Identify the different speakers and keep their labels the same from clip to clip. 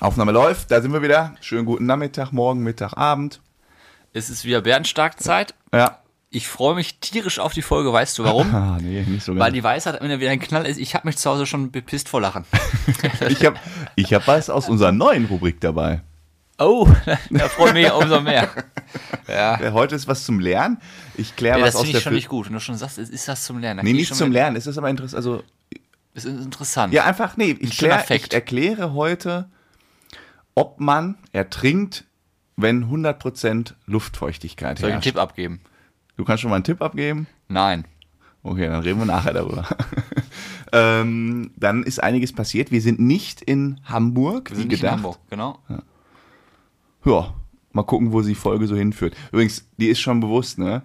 Speaker 1: Aufnahme läuft, da sind wir wieder. Schönen guten Nachmittag, morgen, Mittag, Abend.
Speaker 2: Es ist wieder Bärenstark-Zeit.
Speaker 1: Ja.
Speaker 2: Ich freue mich tierisch auf die Folge, weißt du warum?
Speaker 1: Ah, nee, nicht so
Speaker 2: Weil die Weisheit am Ende wieder ein Knall ist. Ich habe mich zu Hause schon bepisst vor Lachen.
Speaker 1: Ich habe ich hab was aus unserer neuen Rubrik dabei.
Speaker 2: Oh, da freue ich mich umso mehr. Ja.
Speaker 1: Äh, Heute ist was zum Lernen. Ich kläre
Speaker 2: Ja,
Speaker 1: was
Speaker 2: das
Speaker 1: aus
Speaker 2: finde
Speaker 1: der
Speaker 2: ich schon
Speaker 1: Fil-
Speaker 2: nicht gut. Wenn du schon sagst, es ist das zum Lernen. dann
Speaker 1: Nee,
Speaker 2: geh ich
Speaker 1: nicht
Speaker 2: schon
Speaker 1: zum
Speaker 2: mit-
Speaker 1: Lernen. Es ist aber interessant. Also,
Speaker 2: Es ist interessant.
Speaker 1: ja, einfach, nee, ich,
Speaker 2: schöner
Speaker 1: klär,
Speaker 2: Fact.
Speaker 1: ich erkläre heute, ob man ertrinkt, wenn 100% Luftfeuchtigkeit
Speaker 2: Soll ich einen
Speaker 1: herrscht.
Speaker 2: Tipp abgeben?
Speaker 1: Du kannst schon mal einen Tipp abgeben.
Speaker 2: Nein.
Speaker 1: Okay, dann reden wir nachher darüber. ähm, dann ist einiges passiert. Wir sind nicht in Hamburg,
Speaker 2: Wir
Speaker 1: wie
Speaker 2: sind nicht in
Speaker 1: gedacht.
Speaker 2: Hamburg, genau.
Speaker 1: Ja, mal gucken, wo die Folge so hinführt. Übrigens, die ist schon bewusst, ne?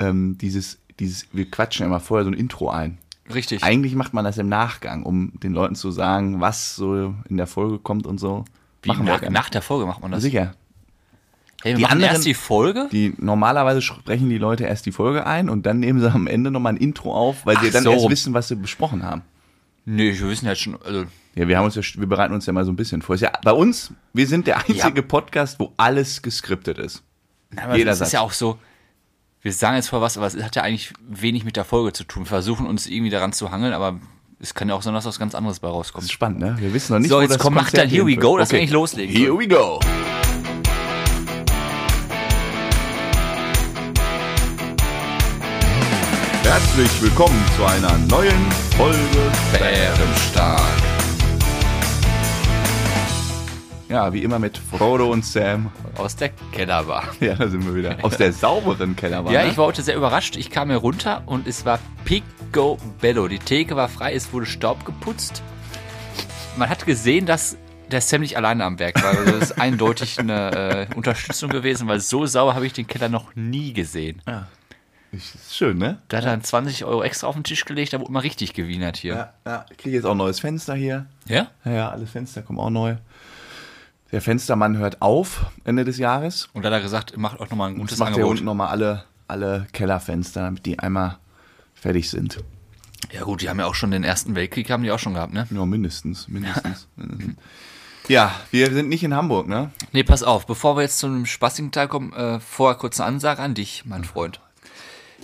Speaker 1: Ähm, dieses, dieses, wir quatschen ja immer vorher so ein Intro ein.
Speaker 2: Richtig.
Speaker 1: Eigentlich macht man das im Nachgang, um den Leuten zu sagen, was so in der Folge kommt und so.
Speaker 2: Wie, nach,
Speaker 1: gerne.
Speaker 2: nach der Folge macht man das.
Speaker 1: Sicher.
Speaker 2: Hey, wir
Speaker 1: Die
Speaker 2: machen
Speaker 1: anderen-
Speaker 2: erst die Folge?
Speaker 1: Die, normalerweise sprechen die Leute erst die Folge ein und dann nehmen sie am Ende nochmal ein Intro auf, weil sie
Speaker 2: Ach,
Speaker 1: dann
Speaker 2: so
Speaker 1: erst
Speaker 2: rum.
Speaker 1: wissen, was sie besprochen haben.
Speaker 2: Nee, wir wissen jetzt schon. Also,
Speaker 1: Ja, wir haben uns ja, wir bereiten uns ja mal so ein bisschen vor. Ist ja, bei uns, wir sind der einzige Podcast, wo alles geskriptet ist.
Speaker 2: Na, aber
Speaker 1: Jeder
Speaker 2: das
Speaker 1: Satz.
Speaker 2: ist ja auch so, wir sagen jetzt voll was, aber es hat ja eigentlich wenig mit der Folge zu tun. Wir versuchen uns irgendwie daran zu hangeln, aber es kann ja auch sein, dass was ganz anderes bei
Speaker 1: Das
Speaker 2: rauskommt.
Speaker 1: ist spannend, ne? Wir wissen noch nicht,
Speaker 2: So,
Speaker 1: wo
Speaker 2: jetzt
Speaker 1: das
Speaker 2: komm, mach
Speaker 1: Konzert
Speaker 2: dann Here We
Speaker 1: hinführt.
Speaker 2: Go, dass wir nicht loslegen
Speaker 1: Here we go. Herzlich willkommen zu einer neuen Folge
Speaker 2: Bärenstark.
Speaker 1: Ja, wie immer mit Frodo und Sam.
Speaker 2: Aus der Kellerbar.
Speaker 1: Ja, da sind wir wieder. Aus der sauberen ne? Kellerwanne.
Speaker 2: Ja, ich war heute sehr überrascht. Ich kam hier runter und es war Picobello. Die Theke war frei, es wurde Staub geputzt. Man hat gesehen, dass der Sam nicht alleine am Werk war. Also das ist eindeutig eine äh, Unterstützung gewesen, weil so sauer habe ich den Keller noch nie gesehen.
Speaker 1: Ich- ist schön, ne?
Speaker 2: Da hat er dann 20 Euro extra auf den Tisch gelegt, da wurde mal richtig gewienert hier.
Speaker 1: Ja, ja. Ich kriege jetzt auch ein neues Fenster hier.
Speaker 2: Ja?
Speaker 1: Ja, ja, alle Fenster kommen auch neu. Der Fenstermann hört auf Ende des Jahres.
Speaker 2: Und da hat er gesagt, macht euch nochmal ein
Speaker 1: Das
Speaker 2: gutes
Speaker 1: macht der
Speaker 2: Angebot.
Speaker 1: unten nochmal alle, alle Kellerfenster, damit die einmal fertig sind.
Speaker 2: Ja gut, die haben ja auch schon den Ersten Weltkrieg, haben die auch schon gehabt, ne?
Speaker 1: Ja, mindestens, mindestens. mindestens. Ja, wir sind nicht in Hamburg, ne?
Speaker 2: Nee, pass auf, bevor wir jetzt zu einem spaßigen Teil kommen, äh, vorher kurz eine Ansage an dich, mein Freund.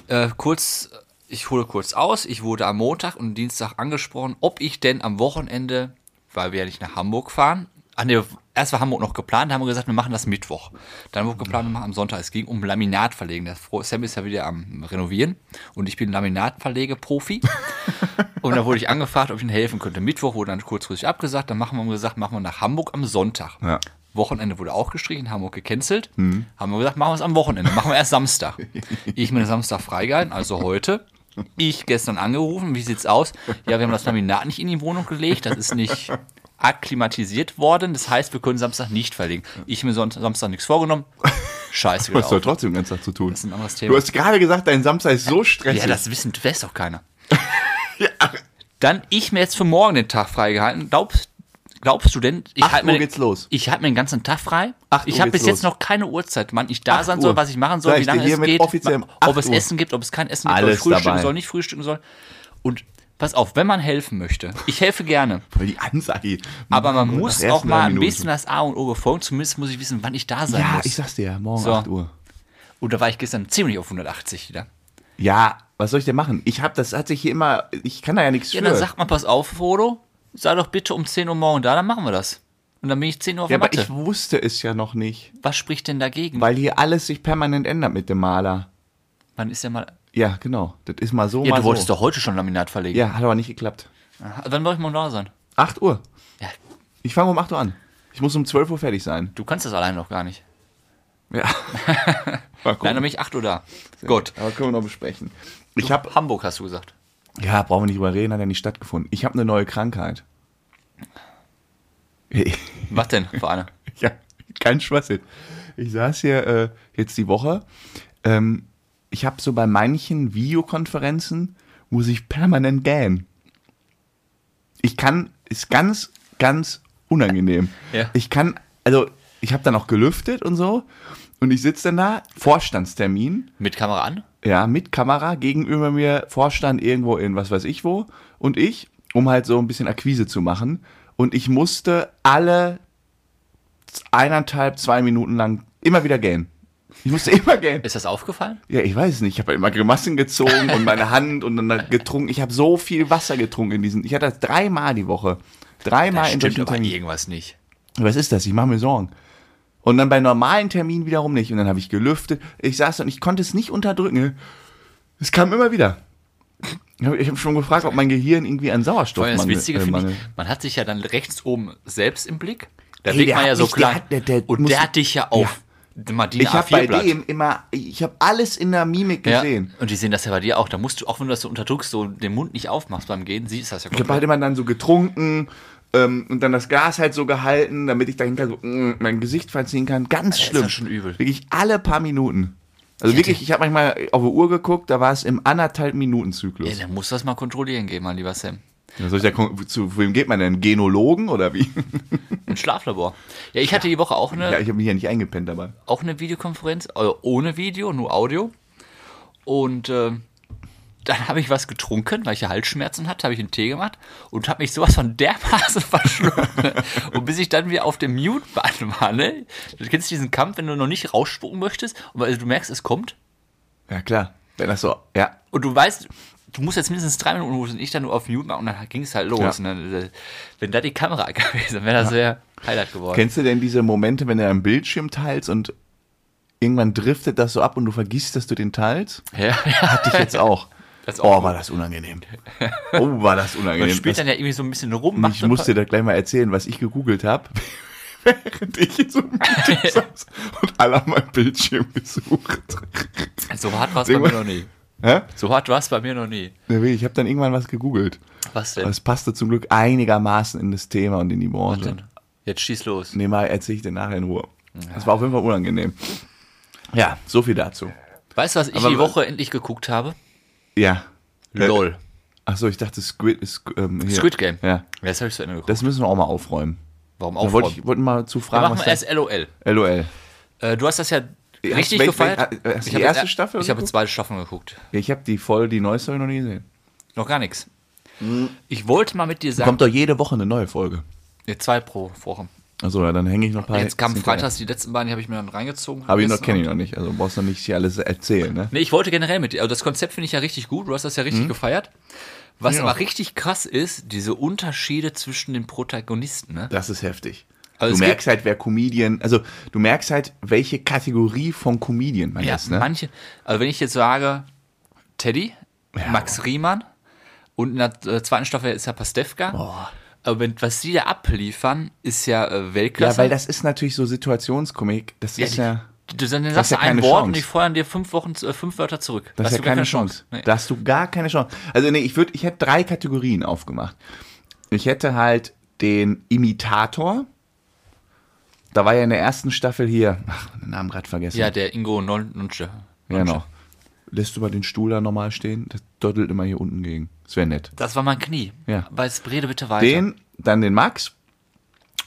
Speaker 2: Äh, kurz, ich hole kurz aus, ich wurde am Montag und Dienstag angesprochen, ob ich denn am Wochenende, weil wir ja nicht nach Hamburg fahren, ach nee, erst war Hamburg noch geplant, haben wir gesagt, wir machen das Mittwoch. Dann wurde geplant, wir machen am Sonntag. Es ging um Laminat verlegen. Der Fro- Sam ist ja wieder am Renovieren und ich bin Laminatverlegeprofi. Und da wurde ich angefragt, ob ich ihnen helfen könnte. Mittwoch wurde dann kurzfristig abgesagt. Dann machen wir gesagt, machen wir nach Hamburg am Sonntag.
Speaker 1: Ja.
Speaker 2: Wochenende wurde auch gestrichen, Hamburg gecancelt. Haben wir gesagt, machen wir es am Wochenende. Machen wir erst Samstag. ich mir den Samstag freigehalten, also heute. Ich gestern angerufen, wie sieht's aus? Ja, wir haben das Laminat nicht in die Wohnung gelegt. Das ist nicht akklimatisiert worden. Das heißt, wir können Samstag nicht verlegen. Ich mir sonst Samstag nichts vorgenommen. Scheiße
Speaker 1: Du hast doch
Speaker 2: gelaufen.
Speaker 1: trotzdem den ganzen Tag zu tun. Das
Speaker 2: ist ein anderes
Speaker 1: Du
Speaker 2: Thema.
Speaker 1: hast gerade gesagt, dein Samstag ist so stressig.
Speaker 2: Ja, das wissen, weiß doch keiner. Dann ich mir jetzt für morgen den Tag freigehalten. Glaubst, glaubst du denn? Ich
Speaker 1: Acht
Speaker 2: halt
Speaker 1: Uhr
Speaker 2: mir-
Speaker 1: geht's los.
Speaker 2: Ich halte mir den ganzen Tag frei.
Speaker 1: Acht
Speaker 2: ich
Speaker 1: Uhr
Speaker 2: habe
Speaker 1: geht's
Speaker 2: bis jetzt
Speaker 1: los.
Speaker 2: noch keine Uhrzeit, wann ich da
Speaker 1: Acht
Speaker 2: sein
Speaker 1: Uhr.
Speaker 2: soll, was ich machen soll,
Speaker 1: Sag
Speaker 2: wie
Speaker 1: ich dir
Speaker 2: lange es
Speaker 1: hiermit
Speaker 2: geht,
Speaker 1: offiziell um
Speaker 2: ob
Speaker 1: acht
Speaker 2: es
Speaker 1: Uhr.
Speaker 2: Essen gibt, ob es kein Essen gibt, ob
Speaker 1: Alles
Speaker 2: es frühstücken
Speaker 1: dabei.
Speaker 2: soll, nicht frühstücken soll. Und pass auf, wenn man helfen möchte. Ich helfe gerne.
Speaker 1: Voll die Ansage.
Speaker 2: Aber man
Speaker 1: Nach
Speaker 2: muss
Speaker 1: ersten
Speaker 2: auch mal
Speaker 1: drei
Speaker 2: ein
Speaker 1: Minuten.
Speaker 2: bisschen das A und O befolgen. Zumindest muss ich wissen, wann ich da sein
Speaker 1: Ja,
Speaker 2: muss.
Speaker 1: ich sag's dir, morgen
Speaker 2: So.
Speaker 1: 8 Uhr.
Speaker 2: Und da war ich gestern ziemlich auf 180 wieder.
Speaker 1: Ja, was soll ich denn machen? Ich hab, das hat sich hier immer, ich kann da ja nichts
Speaker 2: Ja,
Speaker 1: für.
Speaker 2: dann sagt man, pass auf, Frodo, sei doch bitte um 10 Uhr morgen da, dann machen wir das. Und dann bin ich 10 Uhr auf
Speaker 1: ja,
Speaker 2: der
Speaker 1: aber
Speaker 2: Matte.
Speaker 1: ich wusste es ja noch nicht,
Speaker 2: Was spricht denn dagegen?
Speaker 1: weil hier alles sich permanent ändert mit dem Maler.
Speaker 2: Man ist ja mal.
Speaker 1: Ja, genau. Das ist mal so,
Speaker 2: Ja,
Speaker 1: mal
Speaker 2: du wolltest
Speaker 1: so.
Speaker 2: doch heute schon Laminat verlegen.
Speaker 1: Ja, hat aber nicht geklappt.
Speaker 2: Aha, Wann wollte ich morgen da sein?
Speaker 1: 8 Uhr.
Speaker 2: Ja,
Speaker 1: Ich fange um 8 Uhr an. Ich muss um 12 Uhr fertig sein.
Speaker 2: du kannst das alleine noch gar nicht.
Speaker 1: Ja. Mal gucken.
Speaker 2: Leider bin ich 8 Uhr da. Gut.
Speaker 1: Aber können wir noch besprechen. Ich habe,
Speaker 2: Hamburg hast oh du gesagt.
Speaker 1: ja, brauchen wir nicht drüber reden, hat ja nicht stattgefunden. Ich habe eine neue Krankheit.
Speaker 2: Was denn für eine?
Speaker 1: Ja, kein Schwachsinn. Ich saß hier äh, jetzt die Woche. Ähm, ich habe so bei manchen Videokonferenzen, muss ich permanent gähnen. Ich kann, ist ganz, ganz unangenehm.
Speaker 2: Ja.
Speaker 1: Ich kann, also ich habe dann auch gelüftet und so. Und ich sitze dann da, Vorstandstermin,
Speaker 2: Mit Kamera an?
Speaker 1: ja, mit Kamera, gegenüber mir Vorstand irgendwo in was weiß ich wo und ich, um halt so ein bisschen Akquise zu machen. Und ich musste alle eineinhalb, zwei Minuten lang immer wieder gähnen. Ich musste immer gähnen.
Speaker 2: Ist das aufgefallen?
Speaker 1: Ja, ich weiß es nicht. Ich habe immer Grimassen gezogen und meine Hand und dann getrunken. Ich habe so viel Wasser getrunken in diesen. Ich hatte das dreimal die Woche. Dreimal in
Speaker 2: Stimmt
Speaker 1: solchen
Speaker 2: aber
Speaker 1: Terminen.
Speaker 2: irgendwas nicht.
Speaker 1: Was ist das? Ich mache mir Sorgen. Und dann bei normalen Terminen wiederum nicht. Und dann habe ich gelüftet. Ich saß da und ich konnte es nicht unterdrücken. Es kam immer wieder. Ich habe hab schon gefragt, ob mein Gehirn irgendwie an Sauerstoff
Speaker 2: Vor allem das Witzige
Speaker 1: äh,
Speaker 2: finde
Speaker 1: mangelt.
Speaker 2: ich, man hat sich ja dann rechts oben selbst im Blick. Da
Speaker 1: Ey,
Speaker 2: liegt
Speaker 1: der
Speaker 2: man
Speaker 1: hat
Speaker 2: ja so
Speaker 1: mich- der
Speaker 2: klein.
Speaker 1: hat- der- der
Speaker 2: und
Speaker 1: muss-
Speaker 2: der hat dich ja auf mal DIN
Speaker 1: Ich habe bei
Speaker 2: A4-Blatt.
Speaker 1: dem immer, ich habe alles in der Mimik
Speaker 2: ja.
Speaker 1: gesehen.
Speaker 2: Und die sehen das ja bei dir auch. Da musst du, auch wenn du das so unterdrückst, so den Mund nicht aufmachst beim Gehen, siehst du das ja
Speaker 1: Ich habe halt immer dann so getrunken ähm, und dann das Glas halt so gehalten, damit ich dahinter so mm, mein Gesicht verziehen kann. Ganz
Speaker 2: ist
Speaker 1: schlimm.
Speaker 2: das schon übel.
Speaker 1: Wirklich alle paar Minuten. Also wirklich, ich habe manchmal auf die Uhr geguckt, da war es im anderthalb Minuten
Speaker 2: Ey,
Speaker 1: Zyklus.
Speaker 2: dann musst du das mal kontrollieren gehen, mein lieber Sam.
Speaker 1: Ja, soll ich ja, kon- zu wem geht man denn? Genologen oder wie?
Speaker 2: Ein Schlaflabor. Ja, ich hatte die Woche auch eine,
Speaker 1: Ja, ich habe mich ja nicht eingepennt dabei.
Speaker 2: auch eine Videokonferenz, also ohne Video, nur Audio. Und äh, dann habe ich was getrunken, weil ich ja Halsschmerzen hatte, habe ich einen Tee gemacht und habe mich sowas von dermaßen verschluckt. ne? und bis ich dann wieder auf dem Mute-Button war, ne? Du kennst diesen Kampf, wenn du noch nicht rausspucken möchtest, und weil du merkst, es kommt.
Speaker 1: Ja, klar. Wenn das so, ja.
Speaker 2: Und du weißt, du musst jetzt mindestens drei Minuten rufen und ich dann nur auf Mute machen und dann ging es halt los.
Speaker 1: Ja.
Speaker 2: Und dann, äh, wenn da die Kamera gewesen wäre, das wäre Highlight geworden.
Speaker 1: Kennst du denn diese Momente, wenn du einen Bildschirm teilst und irgendwann driftet das so ab und du vergisst, dass du den teilst?
Speaker 2: ja, ja.
Speaker 1: Hatte ich jetzt auch.
Speaker 2: Das ist auch
Speaker 1: Oh,
Speaker 2: gut.
Speaker 1: war das unangenehm. Oh, war das
Speaker 2: Man
Speaker 1: unangenehm.
Speaker 2: spielt
Speaker 1: Das
Speaker 2: dann ja irgendwie so ein bisschen rum. macht
Speaker 1: Ich
Speaker 2: so-
Speaker 1: muss dir da gleich mal erzählen, was ich gegoogelt habe, während ich in so einem Meeting saß und alle haben meinen Bildschirm gesucht.
Speaker 2: So hart war es bei mir noch nie.
Speaker 1: Hä?
Speaker 2: So hart war es bei mir noch nie.
Speaker 1: Na wirklich, Ich habe dann irgendwann was gegoogelt.
Speaker 2: Was
Speaker 1: Aber
Speaker 2: denn?
Speaker 1: es passte zum Glück einigermaßen in das Thema und in die Branche.
Speaker 2: Jetzt schieß los.
Speaker 1: Nee, mal erzähle ich dir nachher in Ruhe. Das war auf jeden Fall unangenehm. Ja, so viel dazu.
Speaker 2: Weißt du, was ich
Speaker 1: Aber- Äh,
Speaker 2: die Woche endlich geguckt habe?
Speaker 1: Ja.
Speaker 2: LOL.
Speaker 1: Achso, ich dachte Squid, Squ- ähm, hier.
Speaker 2: Squid Game.
Speaker 1: Ja,
Speaker 2: Das habe ich zu Ende geguckt.
Speaker 1: das müssen wir auch mal aufräumen.
Speaker 2: Warum
Speaker 1: Da
Speaker 2: auch?
Speaker 1: wollte ich wollte mal zu
Speaker 2: Wir
Speaker 1: fragen,
Speaker 2: machen
Speaker 1: was
Speaker 2: erst
Speaker 1: das...
Speaker 2: LOL.
Speaker 1: LOL.
Speaker 2: Äh, du hast das ja
Speaker 1: Ja,
Speaker 2: richtig
Speaker 1: welch-
Speaker 2: gefeiert.
Speaker 1: welch- hast du die
Speaker 2: habe
Speaker 1: erste
Speaker 2: jetzt-
Speaker 1: Staffel
Speaker 2: Ich habe
Speaker 1: geguckt?
Speaker 2: zwei Staffeln geguckt.
Speaker 1: Ich habe die voll, die neueste hab ich noch nie gesehen.
Speaker 2: Noch gar nichts.
Speaker 1: Mhm.
Speaker 2: Ich wollte mal mit dir sagen,
Speaker 1: Kommt doch jede Woche eine neue Folge.
Speaker 2: Nee, zwei pro Woche.
Speaker 1: Achso, ja, dann hänge ich noch ein paar.
Speaker 2: Jetzt kam freitags die letzten beiden, die habe ich mir dann reingezogen.
Speaker 1: Habe ich noch,
Speaker 2: gegessen
Speaker 1: kenne ich noch nicht. Also brauchst noch nicht hier alles erzählen, ne?
Speaker 2: Nee, ich wollte generell mit dir. Also das Konzept finde ich ja richtig gut. Du hast das ja
Speaker 1: Mhm.
Speaker 2: richtig gefeiert. Was aber richtig krass ist, diese Unterschiede zwischen den Protagonisten. Ne?
Speaker 1: Das ist heftig.
Speaker 2: Also es
Speaker 1: du merkst halt, wer Comedian, also du merkst halt, welche Kategorie von Comedian man
Speaker 2: Ja,
Speaker 1: ist, ne?
Speaker 2: manche. Also wenn ich jetzt sage, Teddy, Max Riemann und in der äh, zweiten Staffel ist ja Pastewka. Aber wenn, was die da abliefern, ist ja äh, Weltklasse.
Speaker 1: Ja, weil das ist natürlich so Situationskomik. Das ist ja,
Speaker 2: die, du dann
Speaker 1: hast
Speaker 2: sagst
Speaker 1: ja
Speaker 2: du ein
Speaker 1: keine
Speaker 2: Wort
Speaker 1: Chance.
Speaker 2: und die feuern dir fünf Wochen, äh, fünf Wörter zurück.
Speaker 1: das
Speaker 2: Hast
Speaker 1: ist ja
Speaker 2: du
Speaker 1: keine,
Speaker 2: gar
Speaker 1: Chance.
Speaker 2: Nee.
Speaker 1: Da hast du gar keine Chance. Also nee, ich würde, ich hätte drei Kategorien aufgemacht. Ich hätte halt den Imitator. Da war ja in der ersten Staffel hier, ach, den Namen gerade vergessen.
Speaker 2: Ja, der Ingo Non- Nunche.
Speaker 1: Ja, Genau. Lässt du mal den Stuhl da normal stehen? Das dottelt immer hier unten gegen. Das wäre nett.
Speaker 2: Das war mein Knie.
Speaker 1: Ja.
Speaker 2: Aber jetzt rede bitte weiter.
Speaker 1: Den, dann den Max.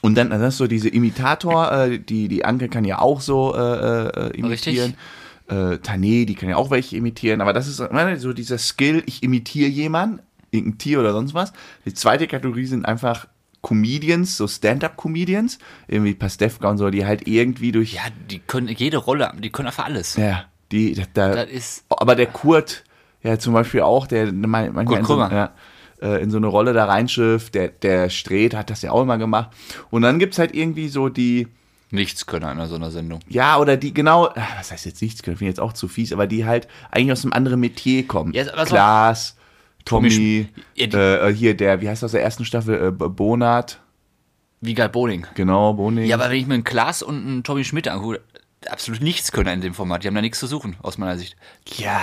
Speaker 1: Und dann, dann hast du diese Imitator, äh, die, die Anke kann ja auch so äh, äh, imitieren. Äh, Tané, die kann ja auch welche imitieren. Aber das ist ne, so dieser Skill, ich imitiere jemanden, irgendein Tier oder sonst was. Die zweite Kategorie sind einfach Comedians, so Stand-up-Comedians, irgendwie Pastewka und so, die halt irgendwie durch
Speaker 2: Ja, die können jede Rolle, die können einfach alles.
Speaker 1: Ja, die, da, da,
Speaker 2: Das ist-
Speaker 1: aber der Kurt, ja zum Beispiel auch, der man- manchmal in so,
Speaker 2: Krömer.
Speaker 1: ja, äh, in so eine Rolle da reinschifft, der, der Stret hat das ja auch immer gemacht. Und dann gibt's halt irgendwie so die,
Speaker 2: Nichts können in so einer Sendung.
Speaker 1: ja, oder die genau, ah, was heißt jetzt nichts, finde ich jetzt auch zu fies, aber die halt eigentlich aus einem anderen Metier kommen.
Speaker 2: Ja, aber so-
Speaker 1: Klaas, Tommy,
Speaker 2: Tommy Sch- Ja, die-
Speaker 1: äh, äh, hier der, wie heißt das aus der ersten Staffel, äh, B- Bonat,
Speaker 2: Wie Guy Boning.
Speaker 1: genau, Boning.
Speaker 2: Ja, aber wenn ich mir einen Klaas und einen Tommy Schmidt angucke, absolut nichts können in dem Format. Die haben da nichts zu suchen, aus meiner Sicht.
Speaker 1: ja.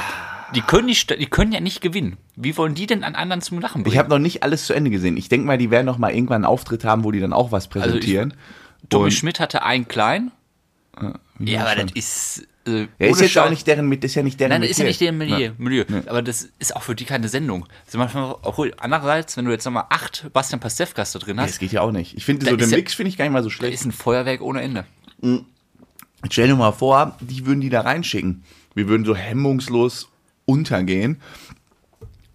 Speaker 2: Die können, nicht, die können ja nicht gewinnen. Wie wollen die denn an anderen zum Lachen
Speaker 1: Ich
Speaker 2: bringen?
Speaker 1: habe noch nicht alles zu Ende gesehen. Ich denke mal, die werden noch mal irgendwann einen Auftritt haben, wo die dann auch was
Speaker 2: Also ich-
Speaker 1: präsentieren.
Speaker 2: Tommy
Speaker 1: Und-
Speaker 2: Schmidt hatte einen kleinen. Ja, aber
Speaker 1: schon.
Speaker 2: das ist. Äh,
Speaker 1: Ja, ist
Speaker 2: ohne
Speaker 1: jetzt auch
Speaker 2: Scheiß-
Speaker 1: nicht deren, mit- ist ja nicht deren
Speaker 2: Nein, das ist ja
Speaker 1: Metier.
Speaker 2: nicht deren Milieu. Milieu. Aber das ist auch für die keine Sendung. Also manchmal, obwohl, andererseits, wenn du jetzt nochmal acht Bastian Pastewkas da drin
Speaker 1: Nee,
Speaker 2: hast,
Speaker 1: Das geht ja auch nicht. Ich finde, so
Speaker 2: Da
Speaker 1: den
Speaker 2: ist ja-
Speaker 1: Mix finde ich gar nicht mal so
Speaker 2: da
Speaker 1: schlecht.
Speaker 2: ist ein Feuerwerk ohne Ende.
Speaker 1: Stell dir mal vor, die würden die da reinschicken. Wir würden so hemmungslos untergehen.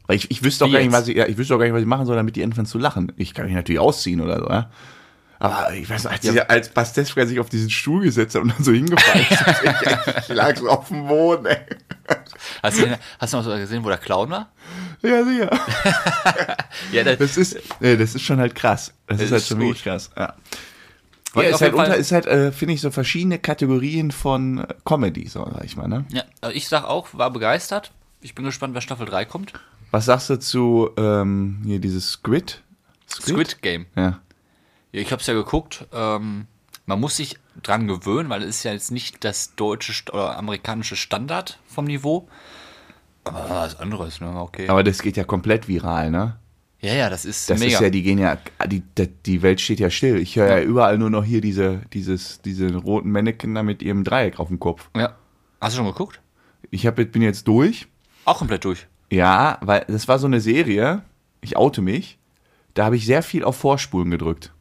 Speaker 1: Weil ich, ich wüsste doch
Speaker 2: Wie
Speaker 1: gar nicht,
Speaker 2: jetzt?
Speaker 1: was ich, ja, ich wüsste doch gar nicht, was ich machen soll, damit die anfangen zu lachen. Ich kann mich natürlich ausziehen oder so, ja. Aber ich weiß nicht, als, ja. als Basteschka sich auf diesen Stuhl gesetzt hat und dann so hingefallen ist, ich, ich lag so auf dem Boden, ey.
Speaker 2: Hast du, den, hast du mal so gesehen, wo der Clown war?
Speaker 1: Ja, sicher.
Speaker 2: Ja, das,
Speaker 1: Das ist, nee, das ist schon halt krass. Das,
Speaker 2: Das
Speaker 1: ist halt
Speaker 2: ist
Speaker 1: schon
Speaker 2: gut.
Speaker 1: wirklich krass. Ja.
Speaker 2: Ja,
Speaker 1: Ja,
Speaker 2: auf
Speaker 1: ist halt,
Speaker 2: jeden Fall-
Speaker 1: unter, ist halt äh, finde ich, so verschiedene Kategorien von äh, Comedy, so sag ich mal, ne?
Speaker 2: ja, also ich sag auch, war begeistert. Ich bin gespannt, wer Staffel 3 kommt.
Speaker 1: Was sagst du zu ähm, hier dieses Squid?
Speaker 2: Squid Game.
Speaker 1: Ja.
Speaker 2: Ja, ich habe es ja geguckt. Ähm, man muss sich dran gewöhnen, weil es ist ja jetzt nicht das deutsche St oder amerikanische Standard vom Niveau. Aber was anderes, ne? Okay.
Speaker 1: Aber das geht ja komplett viral, ne?
Speaker 2: ja, ja, das ist
Speaker 1: Das
Speaker 2: mega.
Speaker 1: ist ja, die gehen ja, die, die- die Welt steht ja still. Ich höre ja überall nur noch hier diese, dieses, diese roten Mannequin da mit ihrem Dreieck auf dem Kopf.
Speaker 2: ja. Hast du schon geguckt?
Speaker 1: Ich hab, jetzt- bin jetzt durch.
Speaker 2: Auch komplett durch.
Speaker 1: Ja, weil das war so eine Serie, ich oute mich, da habe ich sehr viel auf Vorspulen gedrückt.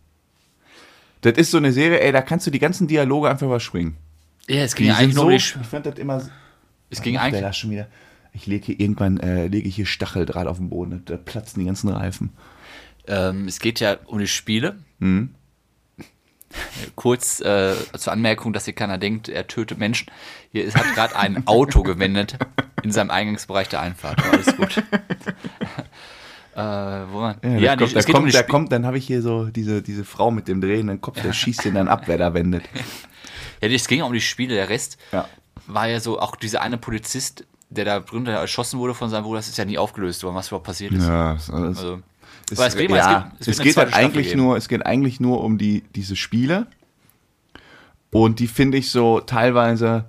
Speaker 1: Das ist so eine Serie, ey, da kannst du die ganzen Dialoge einfach überspringen.
Speaker 2: Ja, es
Speaker 1: Die
Speaker 2: ging ja
Speaker 1: sind
Speaker 2: eigentlich nur
Speaker 1: so,
Speaker 2: um die,
Speaker 1: ich
Speaker 2: Sch-
Speaker 1: fand das immer so-
Speaker 2: es ging
Speaker 1: der
Speaker 2: eigentlich,
Speaker 1: da schon wieder. Ich lege hier irgendwann äh, lege ich hier Stacheldraht auf den Boden, da platzen die ganzen Reifen.
Speaker 2: ähm, es geht ja um die Spiele.
Speaker 1: Mhm.
Speaker 2: Kurz äh, zur Anmerkung, dass hier keiner denkt, er tötet Menschen. Hier ist, hat gerade ein Auto gewendet in seinem Eingangsbereich der Einfahrt. Alles gut. äh, wo waren?
Speaker 1: Ja, da
Speaker 2: die-
Speaker 1: kommt, da
Speaker 2: es geht
Speaker 1: kommt,
Speaker 2: um die
Speaker 1: da
Speaker 2: Sp-
Speaker 1: kommt, dann habe ich hier so diese, diese Frau mit dem drehenden Kopf, der schießt den dann ab, wer da wendet.
Speaker 2: Ja, es ging ja um die Spiele, der Rest
Speaker 1: Ja.
Speaker 2: war ja so, auch dieser eine Polizist, der da drin der erschossen wurde von seinem Bruder, das ist ja nie aufgelöst worden, was überhaupt passiert ist.
Speaker 1: Ja, das ist alles.
Speaker 2: Also,
Speaker 1: Es,
Speaker 2: aber es geht mal,
Speaker 1: ja,
Speaker 2: es
Speaker 1: es,
Speaker 2: gibt- es wird eine
Speaker 1: geht
Speaker 2: zweite
Speaker 1: halt eigentlich
Speaker 2: Staffel geben.
Speaker 1: nur, es geht eigentlich nur um die, diese Spiele. Und die finde ich so teilweise,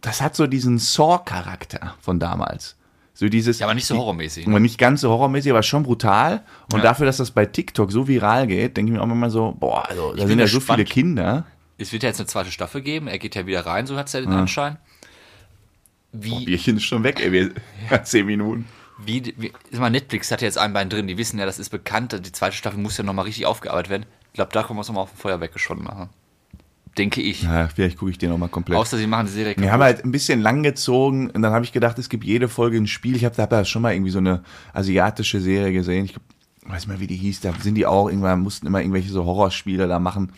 Speaker 1: das hat so diesen Saw-Charakter von damals. So dieses,
Speaker 2: ja, aber nicht so horrormäßig. ne?
Speaker 1: aber nicht ganz so horrormäßig, aber schon brutal. Und
Speaker 2: Ja.
Speaker 1: dafür, dass das bei TikTok so viral geht, denke ich mir auch immer so, boah, also, da
Speaker 2: bin
Speaker 1: sind ja so
Speaker 2: gespannt.
Speaker 1: viele Kinder.
Speaker 2: Es wird ja jetzt eine zweite Staffel geben, er geht ja wieder rein, so hat es ja den
Speaker 1: Mhm.
Speaker 2: Anschein. Wie,
Speaker 1: Bierchen ist schon weg, ey, wir, zehn Minuten.
Speaker 2: wie, wie, ist mal Netflix hat ja jetzt ein Bein drin, die wissen ja, das ist bekannt, die zweite Staffel muss ja nochmal richtig aufgearbeitet werden. Ich glaube, da können wir es nochmal auf dem Feuer weggeschossen machen. Denke ich.
Speaker 1: Ja, vielleicht gucke ich den nochmal komplett.
Speaker 2: Außer sie machen die Serie
Speaker 1: Wir
Speaker 2: kaputt.
Speaker 1: haben halt ein bisschen lang gezogen und dann habe ich gedacht, es gibt jede Folge ein Spiel. Ich habe da hab ja schon mal irgendwie so eine asiatische Serie gesehen. Ich glaub, weiß mal, wie die hieß. Da sind die auch irgendwann, mussten immer irgendwelche so Horrorspiele da machen.